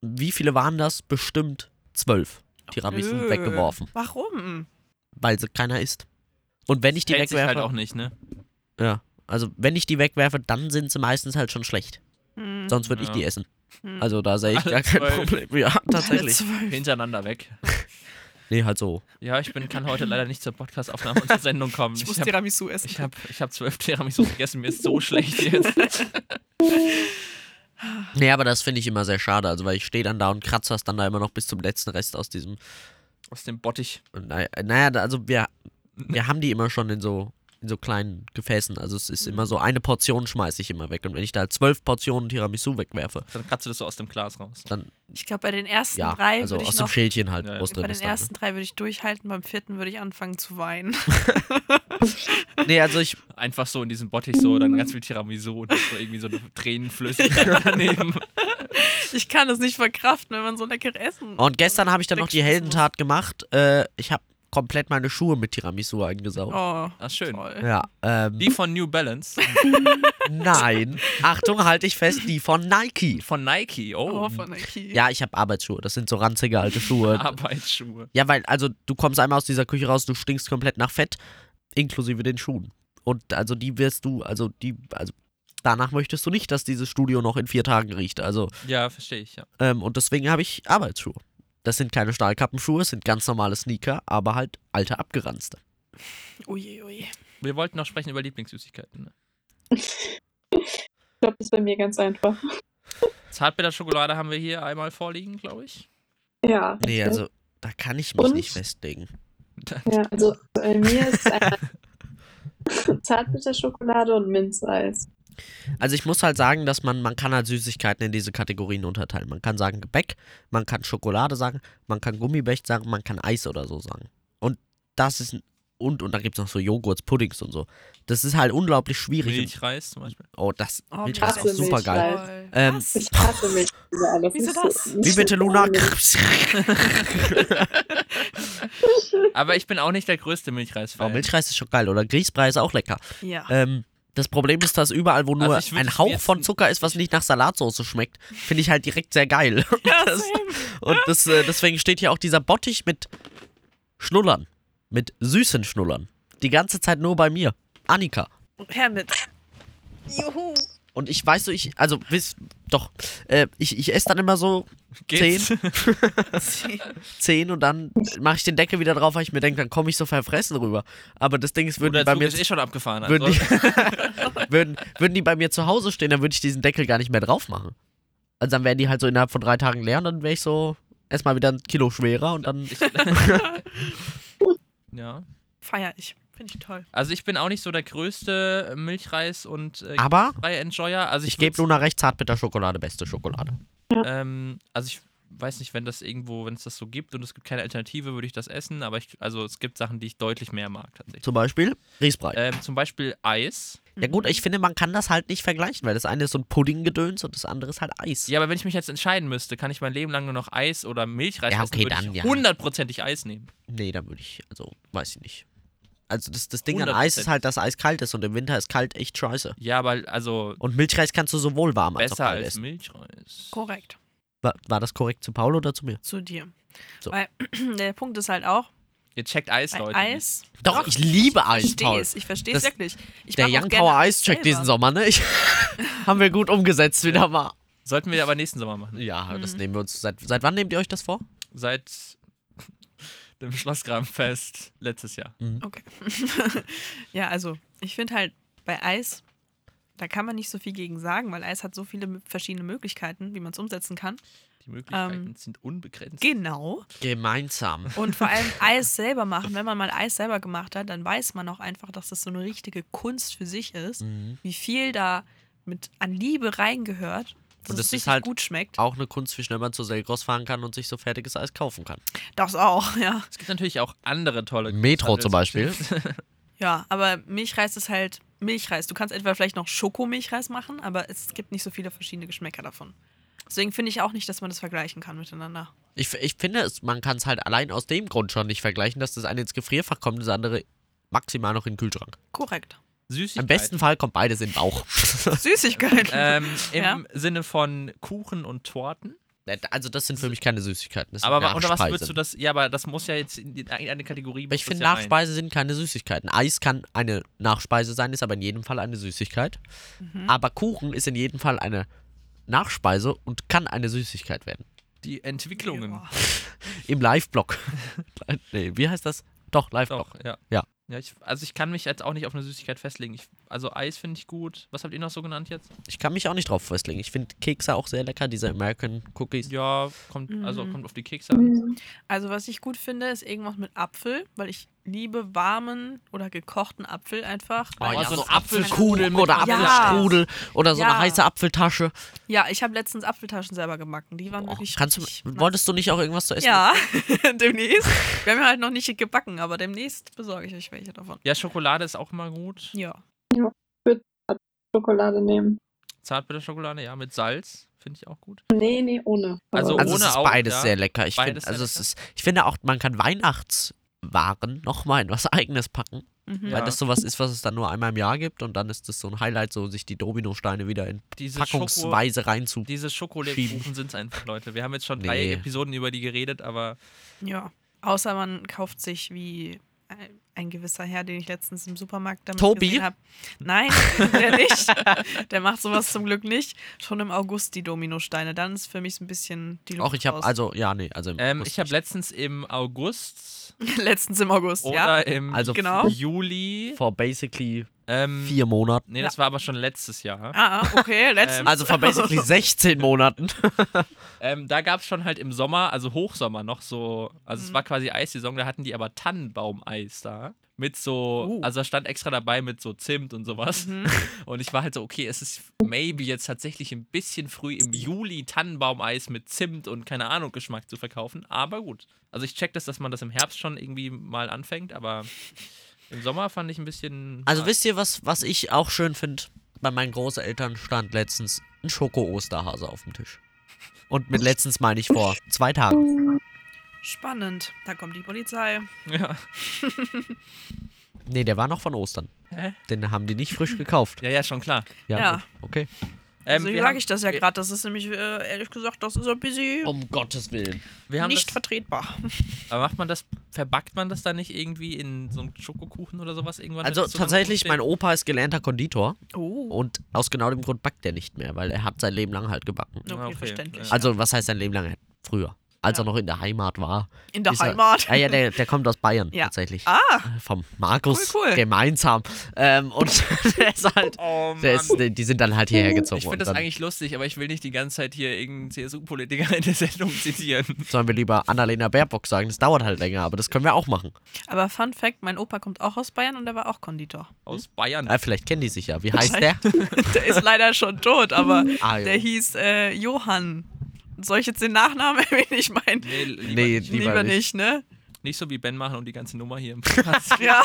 Speaker 3: Wie viele waren das? Bestimmt zwölf Tiramisu
Speaker 2: Nö.
Speaker 3: weggeworfen,
Speaker 2: Warum?
Speaker 3: weil sie keiner isst. Und wenn ich die
Speaker 4: Hält sich
Speaker 3: wegwerfe,
Speaker 4: halt auch nicht, ne?
Speaker 3: ja, also wenn ich die wegwerfe, dann sind sie meistens halt schon schlecht.
Speaker 2: Hm.
Speaker 3: Sonst würde ich
Speaker 4: Ja.
Speaker 3: die essen.
Speaker 2: Hm.
Speaker 3: Also da sehe ich
Speaker 4: Alle
Speaker 3: gar kein
Speaker 4: zwölf.
Speaker 3: Problem. Ja, tatsächlich.
Speaker 4: Hintereinander weg.
Speaker 3: Nee, halt so.
Speaker 4: Ja, ich bin, kann heute leider nicht zur Podcastaufnahme und zur Sendung kommen.
Speaker 2: Ich muss
Speaker 4: ich habe
Speaker 2: Tiramisu essen.
Speaker 4: ich hab, ich hab zwölf Tiramisu gegessen, mir ist so schlecht jetzt.
Speaker 3: Nee, aber das finde ich immer sehr schade. Also, weil ich stehe dann da und kratze das dann da immer noch bis zum letzten Rest aus diesem.
Speaker 4: Aus dem Bottich.
Speaker 3: Naja, naja da- also wir, wir haben die immer schon in so, in so kleinen Gefäßen. Also, es ist
Speaker 2: Hm.
Speaker 3: immer so, eine Portion schmeiße ich immer weg. Und wenn ich da halt zwölf Portionen Tiramisu wegwerfe,
Speaker 4: Dann kratzt du das so aus dem Glas raus.
Speaker 3: dann,
Speaker 2: Ich glaube, bei den ersten
Speaker 3: ja,
Speaker 2: drei
Speaker 3: also
Speaker 2: würde ich
Speaker 3: aus dem
Speaker 2: noch.
Speaker 3: Schälchen halt,
Speaker 4: Ja, ja.
Speaker 3: wo es drin
Speaker 2: Bei den
Speaker 3: ist. Dann, ne?
Speaker 2: ersten drei würde ich durchhalten, beim vierten würde ich anfangen zu weinen.
Speaker 3: Nee, also ich,
Speaker 4: Einfach so in diesem Bottich so, dann ganz viel Tiramisu und so irgendwie so eine Tränenflüssigkeit daneben.
Speaker 2: Ich kann es nicht verkraften, wenn man so lecker essen.
Speaker 3: Und gestern habe ich dann noch die
Speaker 2: wegschmeißen muss.
Speaker 3: Heldentat gemacht. Äh, ich habe komplett meine Schuhe mit Tiramisu eingesaugt.
Speaker 2: Oh,
Speaker 4: Ach, Ah, schön.
Speaker 2: toll.
Speaker 3: Ja, ähm,
Speaker 4: Die von New Balance,
Speaker 3: nein. Achtung, halte ich fest, die von Nike.
Speaker 4: von Nike. Oh,
Speaker 2: Oh, von der Kie.
Speaker 3: Ja, ich habe Arbeitsschuhe. Das sind so ranzige alte Schuhe.
Speaker 4: Arbeitsschuhe.
Speaker 3: ja, weil, also, du kommst einmal aus dieser Küche raus, du stinkst komplett nach Fett, inklusive den Schuhen. Und also, die wirst du, also, die, also, danach möchtest du nicht, dass dieses Studio noch in vier Tagen riecht. Also,
Speaker 4: Ja, verstehe ich. Ja.
Speaker 3: ähm, und deswegen habe ich Arbeitsschuhe. Das sind keine Stahlkappenschuhe, es sind ganz normale Sneaker, aber halt alte abgeranzte.
Speaker 2: Ui, ui.
Speaker 4: Wir wollten noch sprechen über Lieblingssüßigkeiten. Ne?
Speaker 6: Ich glaube, das ist bei mir ganz einfach.
Speaker 4: Zartbitterschokolade haben wir hier einmal vorliegen, glaube ich.
Speaker 6: Ja.
Speaker 3: Nee, also da kann ich mich
Speaker 6: Und?
Speaker 3: nicht festlegen.
Speaker 6: Ja, also bei mir ist es einfach Zartbitterschokolade und Minzeis.
Speaker 3: Also ich muss halt sagen, dass man, man kann halt Süßigkeiten in diese Kategorien unterteilen. Man kann sagen Gebäck, man kann Schokolade sagen, man kann Gummibächt sagen, man kann Eis oder so sagen. Und das ist ein, und, und da gibt es noch so Joghurts, Puddings und so. Das ist halt unglaublich schwierig.
Speaker 4: Milchreis zum Beispiel.
Speaker 3: Oh, das
Speaker 2: Oh,
Speaker 3: Milch ist auch
Speaker 6: Milchreis.
Speaker 3: super geil.
Speaker 2: Toll.
Speaker 3: Ähm,
Speaker 2: Was?
Speaker 6: Ich hasse mich über alles.
Speaker 2: Wieso
Speaker 6: Nicht so-
Speaker 2: das?
Speaker 6: nicht
Speaker 3: Wie
Speaker 6: so
Speaker 3: bitte, Luna?
Speaker 6: gerne.
Speaker 4: Aber ich bin auch nicht der größte Milchreis-Fan.
Speaker 3: Oh, Milchreis ist schon geil oder Grießbrei ist auch lecker.
Speaker 2: Ja.
Speaker 3: Ähm, das Problem ist, dass überall, wo nur
Speaker 4: Also ich würd
Speaker 3: ein Hauch
Speaker 4: jetzt-
Speaker 3: von Zucker ist, was nicht nach Salatsauce schmeckt, finde ich halt direkt sehr geil.
Speaker 2: Ja,
Speaker 3: das,
Speaker 2: same.
Speaker 3: Und das, äh, deswegen steht hier auch dieser Bottich mit Schnullern. Mit süßen Schnullern. Die ganze Zeit nur bei mir. Annika.
Speaker 2: Her mit. Juhu.
Speaker 3: Und ich weiß so, ich, also, wisst, doch, äh, ich, ich esse dann immer so
Speaker 4: Geht's?
Speaker 3: 10, 10 und dann mache ich den Deckel wieder drauf, weil ich mir denke, dann komme ich so verfressen rüber. Aber das Ding ist, würden
Speaker 4: Der
Speaker 3: die bei
Speaker 4: Zug
Speaker 3: mir,
Speaker 4: ist eh schon abgefahren. Also.
Speaker 3: würden, die, würden, würden die bei mir zu Hause stehen, dann würde ich diesen Deckel gar nicht mehr drauf machen. Also dann wären die halt so innerhalb von drei Tagen leer und dann wäre ich so erstmal wieder ein Kilo schwerer und dann
Speaker 4: ja.
Speaker 2: Feier ich. Finde ich toll.
Speaker 4: Also ich bin auch nicht so der größte Milchreis- und äh,
Speaker 3: Aber
Speaker 4: Enjoyer. Also ich,
Speaker 3: ich gebe
Speaker 4: würd's,
Speaker 3: Luna recht, Zartbitterschokolade, beste Schokolade.
Speaker 4: ähm, Also ich weiß nicht, wenn das irgendwo, wenn es das so gibt und es gibt keine Alternative, würde ich das essen. Aber ich, also es gibt Sachen, die ich deutlich mehr mag tatsächlich.
Speaker 3: Zum Beispiel Riesbrei.
Speaker 4: Ähm, zum Beispiel Eis.
Speaker 3: ja gut, ich finde, man kann das halt nicht vergleichen, weil das eine ist so ein Puddinggedöns und das andere ist halt Eis.
Speaker 4: Ja, aber wenn ich mich jetzt entscheiden müsste, kann ich mein Leben lang nur noch Eis oder Milchreis
Speaker 3: Ja,
Speaker 4: essen,
Speaker 3: okay,
Speaker 4: würde
Speaker 3: dann
Speaker 4: ich
Speaker 3: ja.
Speaker 4: hundertprozentig Eis nehmen.
Speaker 3: Nee, da würde ich, also weiß ich nicht. Also das, das Ding an
Speaker 4: 100%.
Speaker 3: Eis ist halt, dass Eis kalt ist und im Winter ist kalt echt scheiße.
Speaker 4: Ja, aber also
Speaker 3: Und Milchreis kannst du sowohl warm als auch
Speaker 4: besser
Speaker 3: kalt
Speaker 4: als
Speaker 3: essen.
Speaker 4: Milchreis.
Speaker 2: Korrekt.
Speaker 3: War, war das korrekt zu Paul oder zu mir?
Speaker 2: Zu dir.
Speaker 3: So.
Speaker 2: Weil der Punkt ist halt auch,
Speaker 4: Ihr checkt Eis,
Speaker 2: bei
Speaker 4: Leute.
Speaker 2: Eis.
Speaker 3: Doch, ich liebe
Speaker 2: Ich
Speaker 3: Eis,
Speaker 2: verstehe
Speaker 3: Paul.
Speaker 2: es, ich verstehe
Speaker 3: Das-
Speaker 2: es wirklich. Ich
Speaker 3: Der
Speaker 2: mag auch
Speaker 3: Young
Speaker 2: gerne
Speaker 3: Power
Speaker 2: Eis
Speaker 3: Ice Check
Speaker 2: selber.
Speaker 3: diesen Sommer, ne? Ich, haben wir gut umgesetzt wieder mal.
Speaker 4: Sollten wir aber nächsten Sommer machen.
Speaker 3: Ja, das nehmen wir uns. Seit, seit wann nehmt ihr euch das vor?
Speaker 4: Seit dem Schlossgrabenfest letztes Jahr.
Speaker 2: Okay. ja, also ich finde halt bei Eis, da kann man nicht so viel gegen sagen, weil Eis hat so viele m- verschiedene Möglichkeiten, wie man es umsetzen kann.
Speaker 4: Die Möglichkeiten
Speaker 2: Ähm,
Speaker 4: sind unbegrenzt.
Speaker 2: Genau.
Speaker 3: Gemeinsam.
Speaker 2: Und vor allem Eis selber machen. Wenn man mal Eis selber gemacht hat, dann weiß man auch einfach, dass das so eine richtige Kunst für sich ist,
Speaker 3: Mhm.
Speaker 2: wie viel da mit an Liebe reingehört, dass
Speaker 3: Und
Speaker 2: es
Speaker 3: es ist
Speaker 2: richtig
Speaker 3: halt
Speaker 2: gut schmeckt.
Speaker 3: Auch eine Kunst, wie schnell man zur Selgros fahren kann und sich so fertiges Eis kaufen kann.
Speaker 2: Das auch, ja.
Speaker 4: Es gibt natürlich auch andere tolle
Speaker 3: Metro zum Beispiel.
Speaker 2: Ja, aber Milchreis ist halt Milchreis. Du kannst entweder vielleicht noch Schokomilchreis machen, aber es gibt nicht so viele verschiedene Geschmäcker davon. Deswegen finde ich auch nicht, dass man das vergleichen kann miteinander.
Speaker 3: Ich, f- ich finde, es, man kann es halt allein aus dem Grund schon nicht vergleichen, dass das eine ins Gefrierfach kommt und das andere maximal noch in den Kühlschrank.
Speaker 2: Korrekt.
Speaker 4: Süßigkeiten.
Speaker 3: Im besten Fall kommt beides in den Bauch.
Speaker 2: Süßigkeit.
Speaker 4: Ähm, Im
Speaker 2: Ja.
Speaker 4: Sinne von Kuchen und Torten.
Speaker 3: also, das sind für mich keine Süßigkeiten. Das sind
Speaker 4: Aber unter was
Speaker 3: Nachspeisen.
Speaker 4: würdest du das? Ja, aber das muss ja jetzt in die- in eine Kategorie.
Speaker 3: Aber
Speaker 4: muss
Speaker 3: ich
Speaker 4: das
Speaker 3: finde,
Speaker 4: ja rein.
Speaker 3: Nachspeise sind keine Süßigkeiten. Eis kann eine Nachspeise sein, ist aber in jedem Fall eine Süßigkeit. Aber Kuchen ist in jedem Fall eine Nachspeise und kann eine Süßigkeit werden.
Speaker 4: Die Entwicklungen.
Speaker 2: Ja.
Speaker 3: Im Live-Blog. nee, wie heißt das? Doch, Live-Blog.
Speaker 4: Doch, ja.
Speaker 3: Ja.
Speaker 4: ja ich, also ich kann mich jetzt auch nicht auf eine Süßigkeit festlegen. Ich, also Eis finde ich gut. Was habt ihr noch so genannt jetzt?
Speaker 3: Ich kann mich auch nicht drauf festlegen. Ich finde Kekse auch sehr lecker, diese American Cookies.
Speaker 4: Ja, kommt, also
Speaker 2: Mhm.
Speaker 4: kommt auf die Kekse an.
Speaker 6: Mhm.
Speaker 2: Also was ich gut finde, ist irgendwas mit Apfel, weil ich liebe warmen oder gekochten Apfel einfach.
Speaker 4: Oh,
Speaker 3: Also
Speaker 4: ja, so ein
Speaker 2: Apfelkuchen
Speaker 3: oder
Speaker 2: mit
Speaker 3: Apfelstrudel oder so eine
Speaker 2: Ja.
Speaker 3: heiße Apfeltasche.
Speaker 2: Ja, ich habe letztens Apfeltaschen selber gebacken. Die waren
Speaker 3: Oh,
Speaker 2: wirklich.
Speaker 3: kannst du,
Speaker 2: richtig nice.
Speaker 3: wolltest du nicht auch irgendwas zu essen?
Speaker 2: Ja, demnächst. Wir haben ja halt noch nicht gebacken, aber demnächst besorge ich euch welche davon.
Speaker 4: Ja, Schokolade ist auch immer gut.
Speaker 2: Ja.
Speaker 6: Schokolade nehmen.
Speaker 4: Zartbitterschokolade, ja, mit Salz finde ich auch gut.
Speaker 6: Nee, nee, ohne.
Speaker 4: Also
Speaker 6: Aber-
Speaker 3: Also
Speaker 4: ohne
Speaker 3: es ist
Speaker 4: auch,
Speaker 3: beides
Speaker 4: ja.
Speaker 3: sehr lecker. Ich,
Speaker 4: Beides
Speaker 3: find,
Speaker 4: sehr
Speaker 3: also es
Speaker 4: lecker.
Speaker 3: ist, ich finde auch, man kann Weihnachtswaren nochmal in was Eigenes packen,
Speaker 2: Mhm.
Speaker 4: Ja.
Speaker 3: weil das sowas ist, was es dann nur einmal im Jahr gibt und dann ist das so ein Highlight, so sich die Dominosteine wieder in
Speaker 4: Diese Schoko,
Speaker 3: packungsweise reinzu.
Speaker 4: diese Schokolädkuchen sind es einfach, Leute. Wir haben jetzt schon drei
Speaker 3: Nee.
Speaker 4: Episoden über die geredet, aber
Speaker 2: Ja. Außer man kauft sich wie ein- ein gewisser Herr, den ich letztens im Supermarkt damit
Speaker 3: Tobi?
Speaker 2: gesehen habe. Nein, der nicht. Der macht sowas zum Glück nicht. Schon im August die Dominosteine. Dann ist für mich so ein bisschen die Luft
Speaker 3: Auch ich habe,
Speaker 2: raus.
Speaker 3: also, ja, nee, also im
Speaker 4: ähm,
Speaker 3: August
Speaker 4: ich habe
Speaker 3: nicht.
Speaker 4: letztens im August
Speaker 2: letztens im August, ja.
Speaker 4: oder im
Speaker 3: Also
Speaker 2: genau.
Speaker 4: Juli.
Speaker 3: vor basically
Speaker 4: Ähm,
Speaker 3: vier Monaten.
Speaker 4: Nee, das war aber schon letztes Jahr.
Speaker 2: Ah, okay, letztens.
Speaker 3: Also vor basically 16 Monaten.
Speaker 4: Ähm, da gab es schon halt im Sommer, also Hochsommer noch so, also es war quasi Eissaison, da hatten die aber Tannenbaumeis da. Mit so,
Speaker 2: Uh.
Speaker 4: also da stand extra dabei mit so Zimt und sowas.
Speaker 2: Mhm.
Speaker 4: Und ich war halt so, okay, es ist maybe jetzt tatsächlich ein bisschen früh im Juli Tannenbaumeis mit Zimt und keine Ahnung Geschmack zu verkaufen. Aber gut. Also ich check das, dass man das im Herbst schon irgendwie mal anfängt, aber im Sommer fand ich ein bisschen.
Speaker 3: Also
Speaker 4: hart.
Speaker 3: wisst ihr, was, was ich auch schön finde? Bei meinen Großeltern stand letztens ein Schoko-Osterhase auf dem Tisch. Und mit letztens meine ich vor zwei Tagen.
Speaker 2: Spannend. Da kommt die Polizei.
Speaker 3: Ähm,
Speaker 4: Ja.
Speaker 3: Nee, der war noch von Ostern.
Speaker 4: Hä?
Speaker 3: Den haben die nicht frisch gekauft.
Speaker 4: ja, ja, schon klar.
Speaker 2: Ja.
Speaker 3: gut, Okay.
Speaker 4: Ähm,
Speaker 2: Also
Speaker 4: wir
Speaker 2: wie
Speaker 4: haben,
Speaker 2: sage ich das ja
Speaker 4: wir-
Speaker 2: gerade? Das ist nämlich, äh, ehrlich gesagt, das ist ein bisschen
Speaker 3: Um Gottes Willen.
Speaker 4: wir haben
Speaker 2: nicht
Speaker 4: das,
Speaker 2: vertretbar.
Speaker 4: aber macht man das, verbackt man das dann nicht irgendwie in so einen Schokokuchen oder sowas irgendwann?
Speaker 3: Also
Speaker 4: wenn das
Speaker 3: tatsächlich, mein
Speaker 4: zusammensteht?
Speaker 3: Opa ist gelernter Konditor
Speaker 2: Oh,
Speaker 3: und aus genau dem Grund backt er nicht mehr, weil er hat sein Leben lang halt gebacken.
Speaker 2: okay,
Speaker 4: Ah, okay.
Speaker 2: verständlich.
Speaker 4: Ja.
Speaker 3: Also was heißt sein Leben lang? Früher. als
Speaker 2: Ja.
Speaker 3: er noch in der Heimat war.
Speaker 2: In der
Speaker 3: Ist er-
Speaker 2: Heimat.
Speaker 3: Ah, Ja, ja, der, der kommt aus Bayern
Speaker 2: Ja.
Speaker 3: tatsächlich.
Speaker 2: Ah,
Speaker 3: Äh, Vom Markus
Speaker 2: Cool, cool.
Speaker 3: gemeinsam. Ähm, und der ist halt.
Speaker 4: Oh,
Speaker 3: Der ist, die die sind dann halt
Speaker 2: Uh,
Speaker 3: hierher gezogen.
Speaker 4: Ich finde das
Speaker 3: und dann
Speaker 4: eigentlich lustig, aber ich will nicht die ganze Zeit hier irgendeinen CSU-Politiker in der Sendung zitieren.
Speaker 3: sollen wir lieber Annalena Baerbock sagen. Das dauert halt länger, aber das können wir auch machen.
Speaker 2: aber Fun Fact: Mein Opa kommt auch aus Bayern und er war auch Konditor.
Speaker 4: Aus Bayern.
Speaker 3: Äh, vielleicht kennen die sich ja. Wie heißt der?
Speaker 2: Der ist leider schon tot, aber
Speaker 3: Ah, jo.
Speaker 2: der hieß äh, Johann. Soll ich jetzt den Nachnamen erwähnen? Ich meine,
Speaker 4: Nee, lieber,
Speaker 3: Nee,
Speaker 4: nee.
Speaker 3: lieber,
Speaker 2: lieber
Speaker 3: nicht.
Speaker 2: nicht, ne?
Speaker 4: Nicht so wie Ben machen und die ganze Nummer hier im Podcast.
Speaker 2: Ja.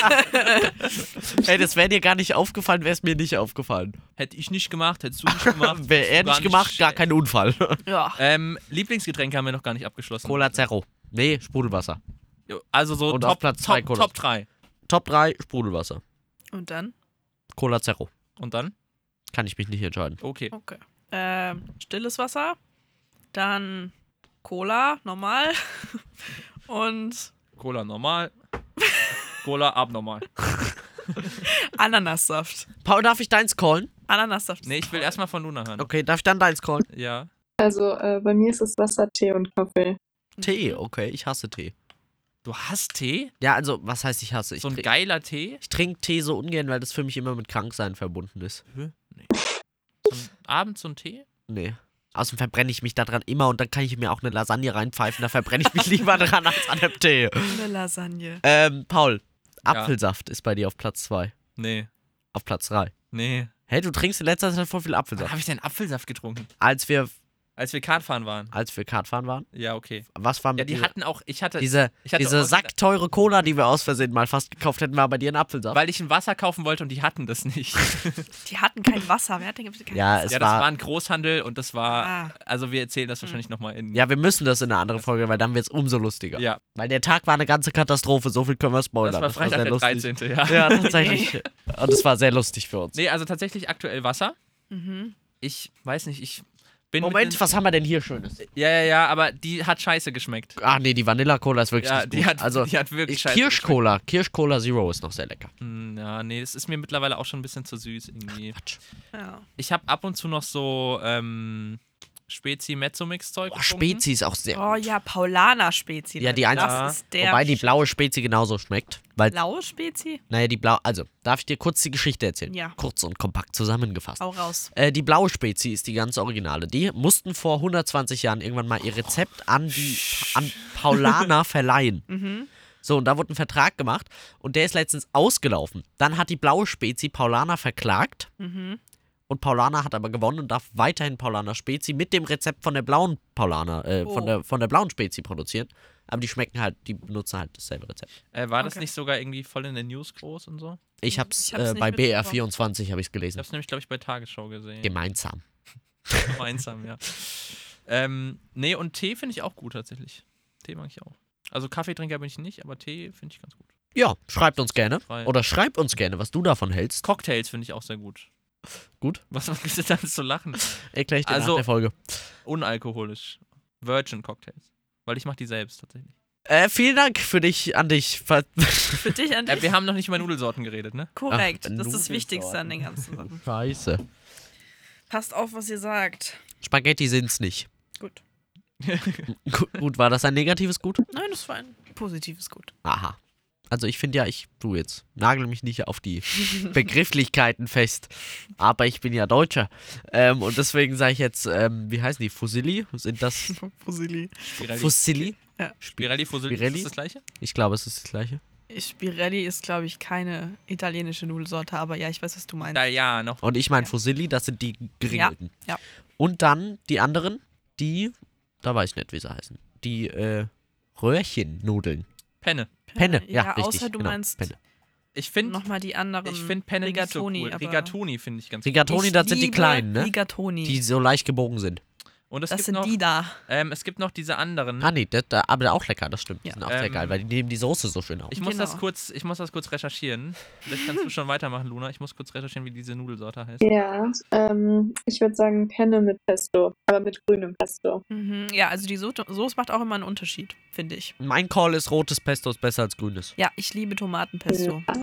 Speaker 3: Ey, das wäre dir gar nicht aufgefallen, wäre es mir nicht aufgefallen.
Speaker 4: Hätte ich nicht gemacht, hättest du nicht gemacht.
Speaker 3: Wäre er
Speaker 4: gar
Speaker 3: nicht gemacht, gar kein Unfall.
Speaker 2: ja.
Speaker 4: Ähm, Lieblingsgetränke haben wir noch gar nicht abgeschlossen.
Speaker 3: Cola Zero. Nee, Sprudelwasser.
Speaker 4: Also so
Speaker 3: Und auf
Speaker 4: Top,
Speaker 3: Platz drei
Speaker 4: Top,
Speaker 3: Cola.
Speaker 4: Top 3.
Speaker 3: Top 3, Sprudelwasser.
Speaker 2: Und dann?
Speaker 3: Cola Zero.
Speaker 4: Und dann?
Speaker 3: Kann ich mich nicht entscheiden.
Speaker 4: Okay.
Speaker 2: Okay. Ähm, stilles Wasser, dann Cola, normal. Und
Speaker 4: Cola normal. Cola abnormal.
Speaker 2: Ananassaft.
Speaker 3: Paul, darf ich deins callen?
Speaker 2: Ananassaft. ist
Speaker 4: Nee, ich will
Speaker 2: toll.
Speaker 4: erstmal von Luna hören.
Speaker 3: Okay, darf ich dann deins callen?
Speaker 4: Ja.
Speaker 6: Also äh, bei mir ist es Wasser, Tee und Kaffee.
Speaker 3: Tee, okay, ich hasse Tee.
Speaker 4: Du hast Tee?
Speaker 3: Ja, also, was heißt ich hasse? Ich,
Speaker 4: So ein
Speaker 3: trink-
Speaker 4: geiler Tee?
Speaker 3: ich trinke Tee so ungern, weil das für mich immer mit Kranksein verbunden ist.
Speaker 4: So ein, abends so ein Tee?
Speaker 3: Nee. Außerdem verbrenne ich mich da dran immer und dann kann ich mir auch eine Lasagne reinpfeifen, da verbrenne ich mich lieber dran als an dem Tee.
Speaker 2: Eine Lasagne.
Speaker 3: Ähm, Paul,
Speaker 4: Ja.
Speaker 3: Apfelsaft ist bei dir auf Platz 2.
Speaker 4: Nee.
Speaker 3: Auf Platz 3.
Speaker 4: Nee.
Speaker 3: Hey, du trinkst in letzter Zeit voll viel
Speaker 4: Wann
Speaker 3: Apfelsaft.
Speaker 4: habe ich denn Apfelsaft getrunken?
Speaker 3: Als wir,
Speaker 4: Als wir Kart fahren waren.
Speaker 3: als wir Kart fahren waren,
Speaker 4: Ja, okay.
Speaker 3: was war
Speaker 4: Ja,
Speaker 3: mit
Speaker 4: die
Speaker 3: dieser-
Speaker 4: hatten auch, ich hatte,
Speaker 3: diese,
Speaker 4: ich hatte
Speaker 3: diese
Speaker 4: aus-
Speaker 3: sackteure Cola, die wir aus Versehen mal fast gekauft hätten, war bei dir ein Apfelsaft.
Speaker 4: weil ich ein Wasser kaufen wollte und die hatten das nicht.
Speaker 2: Die hatten kein Wasser. Wer hat denn gibt's kein
Speaker 3: ja,
Speaker 2: Wasser?
Speaker 3: es
Speaker 4: ja, das war,
Speaker 3: war,
Speaker 4: ein Großhandel und das war,
Speaker 2: Ah.
Speaker 4: also wir erzählen das wahrscheinlich nochmal in.
Speaker 3: ja, wir müssen das in eine andere Folge, weil dann wird es umso lustiger.
Speaker 4: Ja,
Speaker 3: Weil der Tag war eine ganze Katastrophe, so viel können wir spoilern.
Speaker 4: das war Freitag der
Speaker 3: lustig.
Speaker 4: 13. Ja.
Speaker 3: Ja, tatsächlich. Und es war sehr lustig für uns.
Speaker 4: Nee, also tatsächlich aktuell Wasser.
Speaker 2: Mhm.
Speaker 4: Ich weiß nicht, ich bin.
Speaker 3: Moment,
Speaker 4: mit
Speaker 3: was haben wir denn hier Schönes?
Speaker 4: den, Ja, ja, ja, aber die hat scheiße geschmeckt.
Speaker 3: Ah, nee, die Vanilla-Cola ist wirklich
Speaker 4: Ja,
Speaker 3: nicht
Speaker 4: die
Speaker 3: gut.
Speaker 4: hat,
Speaker 3: also,
Speaker 4: die hat wirklich scheiße geschmeckt.
Speaker 3: Kirsch-Cola, Kirsch-Cola Zero ist noch sehr lecker.
Speaker 4: Hm, Ja, nee, das ist mir mittlerweile auch schon ein bisschen zu süß irgendwie.
Speaker 2: Ja.
Speaker 4: Ich habe ab und zu noch so ähm, Spezi-Mezzo-Mix-Zeug.
Speaker 3: Boah,
Speaker 4: getrunken.
Speaker 3: Spezi ist auch sehr
Speaker 2: Oh ja, Paulaner-Spezi.
Speaker 3: Ja, die
Speaker 2: Das
Speaker 3: einzige-
Speaker 2: ist der
Speaker 3: Wobei die blaue Spezi genauso schmeckt. Weil,
Speaker 2: blaue Spezi.
Speaker 3: naja, die blaue. Also, darf ich dir kurz die Geschichte erzählen?
Speaker 2: Ja.
Speaker 3: Kurz und kompakt zusammengefasst.
Speaker 2: Hau raus.
Speaker 3: Äh, die blaue Spezi ist die ganz originale. Die mussten vor 120 Jahren irgendwann mal ihr Rezept an die an Paulaner verleihen.
Speaker 2: Mhm.
Speaker 3: So, und da wurde ein Vertrag gemacht und der ist letztens ausgelaufen. Dann hat die blaue Spezi Paulaner verklagt
Speaker 2: Mhm.
Speaker 3: und Paulaner hat aber gewonnen und darf weiterhin Paulaner Spezi mit dem Rezept von der blauen Paulaner, äh,
Speaker 2: Oh.
Speaker 3: von, der, von der blauen Spezi produzieren. Aber die schmecken halt, die benutzen halt dasselbe Rezept.
Speaker 4: Äh, war das
Speaker 2: Okay.
Speaker 4: nicht sogar irgendwie voll in den News groß und so?
Speaker 3: Ich hab's,
Speaker 2: Ich hab's
Speaker 3: äh,
Speaker 2: nicht
Speaker 3: bei
Speaker 2: mitbekommen.
Speaker 3: BR24 habe ich's
Speaker 4: Ich
Speaker 3: gelesen.
Speaker 4: hab's nämlich, glaube ich, bei Tagesschau gesehen.
Speaker 3: Gemeinsam.
Speaker 4: Gemeinsam, ja. Ähm, nee, und Tee finde ich auch gut tatsächlich. Tee mag ich auch. Also Kaffeetrinker bin ich nicht, aber Tee finde ich ganz gut.
Speaker 3: Ja, schreibt uns gerne.
Speaker 4: Frei.
Speaker 3: Oder schreib uns gerne, was du davon hältst.
Speaker 4: Cocktails finde ich auch sehr gut.
Speaker 3: Gut.
Speaker 4: Was, was gibt es da zu lachen?
Speaker 3: Erkläre ich dir
Speaker 4: Also-
Speaker 3: nach der Folge.
Speaker 4: Unalkoholisch. Virgin Cocktails. Weil ich mache die selbst tatsächlich.
Speaker 3: Äh, vielen Dank für dich, an dich. Ver-
Speaker 2: Für dich an
Speaker 4: Äh,
Speaker 2: dich.
Speaker 4: wir haben noch nicht über Nudelsorten geredet, ne?
Speaker 2: Korrekt.
Speaker 3: Ach,
Speaker 2: das ist das
Speaker 3: Nudelsorten.
Speaker 2: Wichtigste an den ganzen Sachen.
Speaker 3: Scheiße.
Speaker 2: Passt auf, was ihr sagt.
Speaker 3: Spaghetti sind's nicht.
Speaker 2: Gut.
Speaker 3: Gut, gut, war das ein negatives Gut?
Speaker 2: Nein, das war ein positives Gut.
Speaker 3: Aha. Also ich finde ja, ich, du jetzt, nagel mich nicht auf die Begrifflichkeiten fest, aber ich bin ja Deutscher. Ähm, und deswegen sage ich jetzt, ähm, wie heißen die, Fusilli? Sind das
Speaker 2: Fusili.
Speaker 4: Spirelli,
Speaker 3: Fusilli?
Speaker 4: Spirelli, Fusilli, ist
Speaker 3: Spirelli?
Speaker 4: das das gleiche?
Speaker 3: Ich glaube, es ist das gleiche.
Speaker 2: Spirelli ist, glaube ich, keine italienische Nudelsorte, aber ja, ich weiß, was du meinst.
Speaker 4: Ja, Äh, ja, noch.
Speaker 3: Und ich meine Fusilli, das sind die geringelten.
Speaker 2: Ja, ja.
Speaker 3: Und dann die anderen, die, da weiß ich nicht, wie sie heißen, die äh, Röhrchennudeln.
Speaker 4: Penne.
Speaker 3: Penne, ja,
Speaker 2: Äh, ja,
Speaker 3: richtig.
Speaker 2: außer du
Speaker 3: genau,
Speaker 2: meinst
Speaker 3: Penne.
Speaker 4: Ich finde
Speaker 2: nochmal die anderen.
Speaker 4: ich find Penne
Speaker 2: Rigatoni.
Speaker 4: nicht so
Speaker 2: aber-
Speaker 4: cool. Rigatoni finde ich ganz gut.
Speaker 3: Rigatoni,
Speaker 2: Ich
Speaker 3: das sind die
Speaker 2: liebe
Speaker 3: kleinen, ne?
Speaker 2: Rigatoni.
Speaker 3: Die so leicht gebogen sind.
Speaker 4: Und es
Speaker 2: das
Speaker 4: gibt
Speaker 2: sind
Speaker 4: noch,
Speaker 2: die da.
Speaker 4: Ähm, es gibt noch diese anderen.
Speaker 3: Ah, nee, das, da- aber auch lecker, das stimmt. Die
Speaker 2: Mhm. Ja.
Speaker 3: sind auch sehr
Speaker 4: Ähm,
Speaker 3: geil, weil die nehmen die Soße so schön auf.
Speaker 4: Ich muss,
Speaker 2: Genau.
Speaker 4: das kurz, ich muss das kurz recherchieren. Vielleicht kannst du schon weitermachen, Luna. Ich muss kurz recherchieren, wie diese Nudelsorte heißt.
Speaker 6: Ja, ähm, ich würde sagen Penne mit Pesto, aber mit grünem Pesto.
Speaker 2: Mhm. Ja, also die so Soße macht auch immer einen Unterschied, finde ich.
Speaker 3: Mein Call ist rotes Pesto ist besser als grünes.
Speaker 6: Oh.
Speaker 2: Ja, ich liebe Tomatenpesto.
Speaker 6: Ja,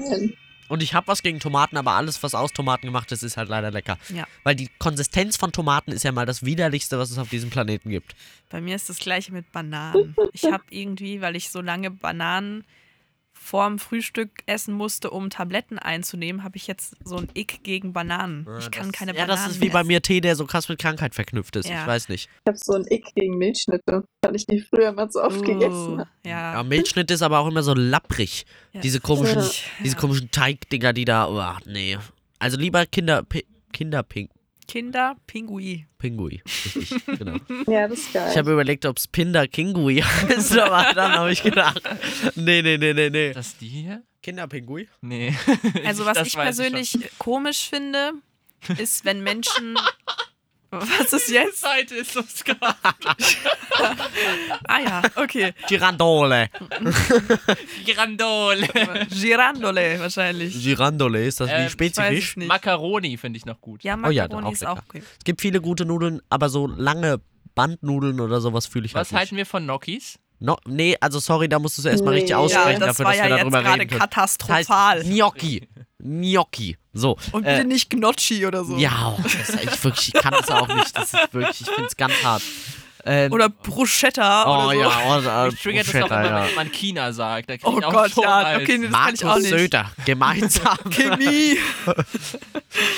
Speaker 3: Und ich habe was gegen Tomaten, aber alles, was aus Tomaten gemacht ist, ist halt leider lecker.
Speaker 2: Ja.
Speaker 3: Weil die Konsistenz von Tomaten ist ja mal das widerlichste, was es auf diesem Planeten gibt.
Speaker 2: Bei mir ist das gleiche mit Bananen. Ich habe irgendwie, weil ich so lange Bananen vorm Frühstück essen musste, um Tabletten einzunehmen, habe ich jetzt so ein Ick gegen Bananen. ich kann keine
Speaker 3: ja,
Speaker 2: Bananen
Speaker 3: das ist wie
Speaker 2: mehr
Speaker 3: bei
Speaker 2: essen.
Speaker 3: mir Tee, der so krass mit Krankheit verknüpft ist. Ich
Speaker 2: Ja.
Speaker 3: weiß nicht.
Speaker 6: Ich habe so ein Ick gegen Milchschnitte, weil ich die früher mal so
Speaker 3: Oh.
Speaker 6: oft gegessen
Speaker 2: Uh,
Speaker 6: habe.
Speaker 2: ja.
Speaker 3: Ja, Milchschnitt ist aber auch immer so lapprig.
Speaker 2: Ja. Also,
Speaker 3: Diese komischen,
Speaker 6: Ja.
Speaker 3: diese komischen Teigdinger, die da. Oh, nee. Also lieber Kinder, Pi- Kinderping.
Speaker 2: Kinder, Pinguin.
Speaker 3: Pingui. Richtig, genau.
Speaker 6: Ja, das ist geil.
Speaker 3: Ich habe überlegt, ob es Pinder Kingui heißt, aber dann habe ich gedacht. Nee, nee, nee, nee, nee.
Speaker 4: Das die hier?
Speaker 3: Kinderpingui?
Speaker 4: Nee.
Speaker 2: Also was
Speaker 4: das
Speaker 2: ich
Speaker 4: weiß schon.
Speaker 2: persönlich komisch finde, ist, wenn Menschen... Was ist jetzt?
Speaker 4: Zeit ist uns
Speaker 2: Ah ja, okay.
Speaker 3: Girandole.
Speaker 4: Girandole.
Speaker 2: Girandole wahrscheinlich.
Speaker 3: Girandole, ist das
Speaker 4: Ähm,
Speaker 3: wie
Speaker 4: ich
Speaker 2: weiß es
Speaker 3: spezifisch?
Speaker 2: nicht.
Speaker 4: Macaroni finde ich noch gut.
Speaker 2: Ja,
Speaker 3: Oh ja,
Speaker 2: Macaroni
Speaker 3: auch
Speaker 2: ist
Speaker 3: lecker.
Speaker 2: auch okay.
Speaker 3: Es gibt viele gute Nudeln, aber so lange Bandnudeln oder sowas fühle ich
Speaker 4: Was
Speaker 3: halt
Speaker 4: halten
Speaker 3: nicht.
Speaker 4: wir von Gnocchis?
Speaker 3: No, nee, also sorry, da musst du es erstmal
Speaker 6: Nee.
Speaker 3: richtig
Speaker 6: Ja,
Speaker 2: Ja,
Speaker 3: aussprechen,
Speaker 2: das
Speaker 3: dafür,
Speaker 2: war
Speaker 3: dass
Speaker 2: ja
Speaker 3: wir
Speaker 2: jetzt
Speaker 3: darüber
Speaker 2: gerade
Speaker 3: reden können. Das
Speaker 2: katastrophal.
Speaker 3: heißt Halt, Gnocchi. Gnocchi. So.
Speaker 2: Und
Speaker 3: äh,
Speaker 2: bitte nicht Gnocchi oder so.
Speaker 3: Ja, oh, das ist echt wirklich, ich kann es auch nicht. Das ist wirklich, ich finde es ganz hart. Ähm,
Speaker 2: Oder Bruschetta
Speaker 3: oh,
Speaker 2: oder so.
Speaker 3: ja, oh, da-
Speaker 4: Ich triggert das
Speaker 3: shit,
Speaker 4: auch immer,
Speaker 3: Alter.
Speaker 4: wenn man China sagt. Da krieg
Speaker 2: Oh
Speaker 4: ich auch
Speaker 2: Gott,
Speaker 4: schon
Speaker 2: ja.
Speaker 4: als
Speaker 2: Okay, nee, das kann ich auch
Speaker 3: Markus
Speaker 2: nicht.
Speaker 3: Söder, gemeinsam.
Speaker 2: Chemie.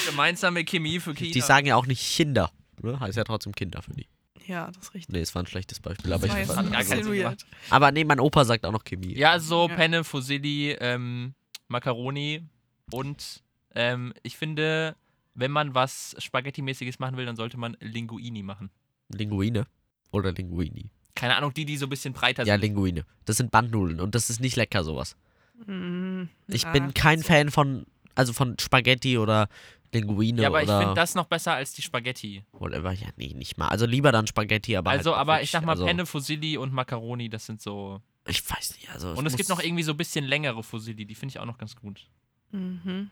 Speaker 4: Gemeinsame Chemie für China.
Speaker 3: Die sagen ja auch nicht Kinder. Ne? Heißt ja trotzdem Kinder für die.
Speaker 2: Ja, das ist richtig.
Speaker 3: Nee, es war ein schlechtes Beispiel. Aber,
Speaker 2: Das war
Speaker 3: ich
Speaker 2: jetzt
Speaker 4: fand
Speaker 2: ein
Speaker 4: gar keinen
Speaker 2: bisschen
Speaker 4: Sinn
Speaker 2: weird.
Speaker 3: aber nee, mein Opa sagt auch noch Chemie.
Speaker 4: ja, so
Speaker 2: Ja.
Speaker 4: Penne, Fusilli, ähm, Macaroni und ähm, ich finde, wenn man was Spaghetti-mäßiges machen will, dann sollte man Linguini machen.
Speaker 3: Linguine. Oder Linguini.
Speaker 4: Keine Ahnung, die, die so ein bisschen breiter
Speaker 3: Ja,
Speaker 4: sind.
Speaker 3: Linguine. Das sind Bandnudeln und das ist nicht lecker, sowas.
Speaker 2: Mm,
Speaker 3: Ich
Speaker 2: ja.
Speaker 3: bin kein Fan von, also von Spaghetti oder Linguine
Speaker 4: Ja, aber ich
Speaker 3: oder
Speaker 4: finde das noch besser als die Spaghetti.
Speaker 3: whatever. Ja, nee, nicht mal. Also lieber dann Spaghetti, aber
Speaker 4: also,
Speaker 3: halt auch
Speaker 4: aber
Speaker 3: wirklich,
Speaker 4: ich sag mal,
Speaker 3: also,
Speaker 4: Penne, Fusilli und Macaroni, das sind so.
Speaker 3: Ich weiß nicht, also.
Speaker 4: Und es gibt
Speaker 3: muss-
Speaker 4: noch irgendwie so ein bisschen längere Fusilli, die finde ich auch noch ganz gut.
Speaker 2: Mhm.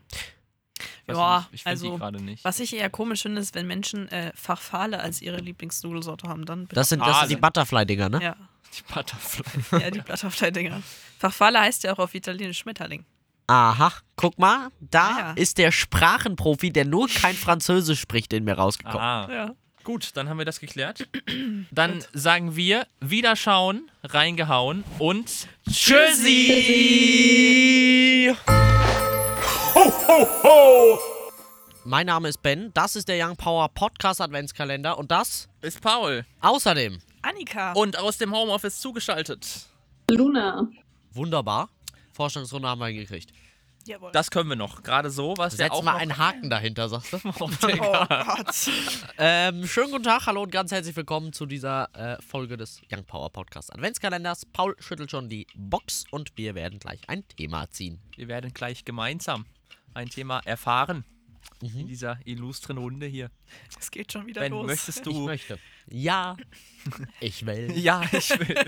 Speaker 4: Ich weiß
Speaker 2: Ja,
Speaker 4: nicht, ich finde die
Speaker 2: also,
Speaker 4: gerade nicht.
Speaker 2: Was ich eher komisch finde, ist, wenn Menschen äh, Farfalle als ihre Lieblingsnudelsorte haben, dann bitte
Speaker 3: Das sind, das sind die
Speaker 4: Asen.
Speaker 3: Butterfly-Dinger, ne?
Speaker 2: ja,
Speaker 4: Die Butterfly.
Speaker 2: ja, die Blatthafteil-Dinger. Farfalle heißt ja auch auf Italienisch Schmetterling.
Speaker 3: Aha, guck mal, da
Speaker 2: Ah, ja.
Speaker 3: ist der Sprachenprofi, der nur kein Französisch spricht, in mir rausgekommen.
Speaker 4: Ah.
Speaker 2: Ja.
Speaker 4: Gut, dann haben wir das geklärt. Dann sagen wir, wiederschauen, reingehauen und Tschüssi!
Speaker 3: Mein Name ist Ben, das ist der Young Power Podcast Adventskalender und das
Speaker 4: Ist Paul
Speaker 3: außerdem
Speaker 2: Annika.
Speaker 4: und aus dem Homeoffice zugeschaltet.
Speaker 6: Luna.
Speaker 3: wunderbar. Vorstellungsrunde haben wir hingekriegt.
Speaker 2: Jawohl.
Speaker 4: Das können wir noch. Gerade so, was wir
Speaker 3: Setz
Speaker 4: auch
Speaker 3: mal
Speaker 4: noch
Speaker 3: einen Haken dahinter, sagst du?
Speaker 2: oh Gott.
Speaker 3: ähm, schönen guten Tag, hallo und ganz herzlich willkommen zu dieser äh, Folge des Young Power Podcast Adventskalenders. Paul schüttelt schon die Box und wir werden gleich ein Thema ziehen.
Speaker 4: Wir werden gleich gemeinsam ein Thema erfahren
Speaker 3: Mhm.
Speaker 4: in dieser illustren Runde hier.
Speaker 2: Es geht schon wieder
Speaker 4: Ben,
Speaker 2: los.
Speaker 4: möchtest
Speaker 3: Ich
Speaker 4: du?
Speaker 3: möchte. Ja. Ich will.
Speaker 4: Uh. Ja, ich will.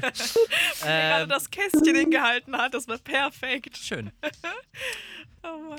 Speaker 2: Wer gerade das Kästchen hingehalten hat, das war perfekt.
Speaker 4: Schön.
Speaker 2: Oh Mann.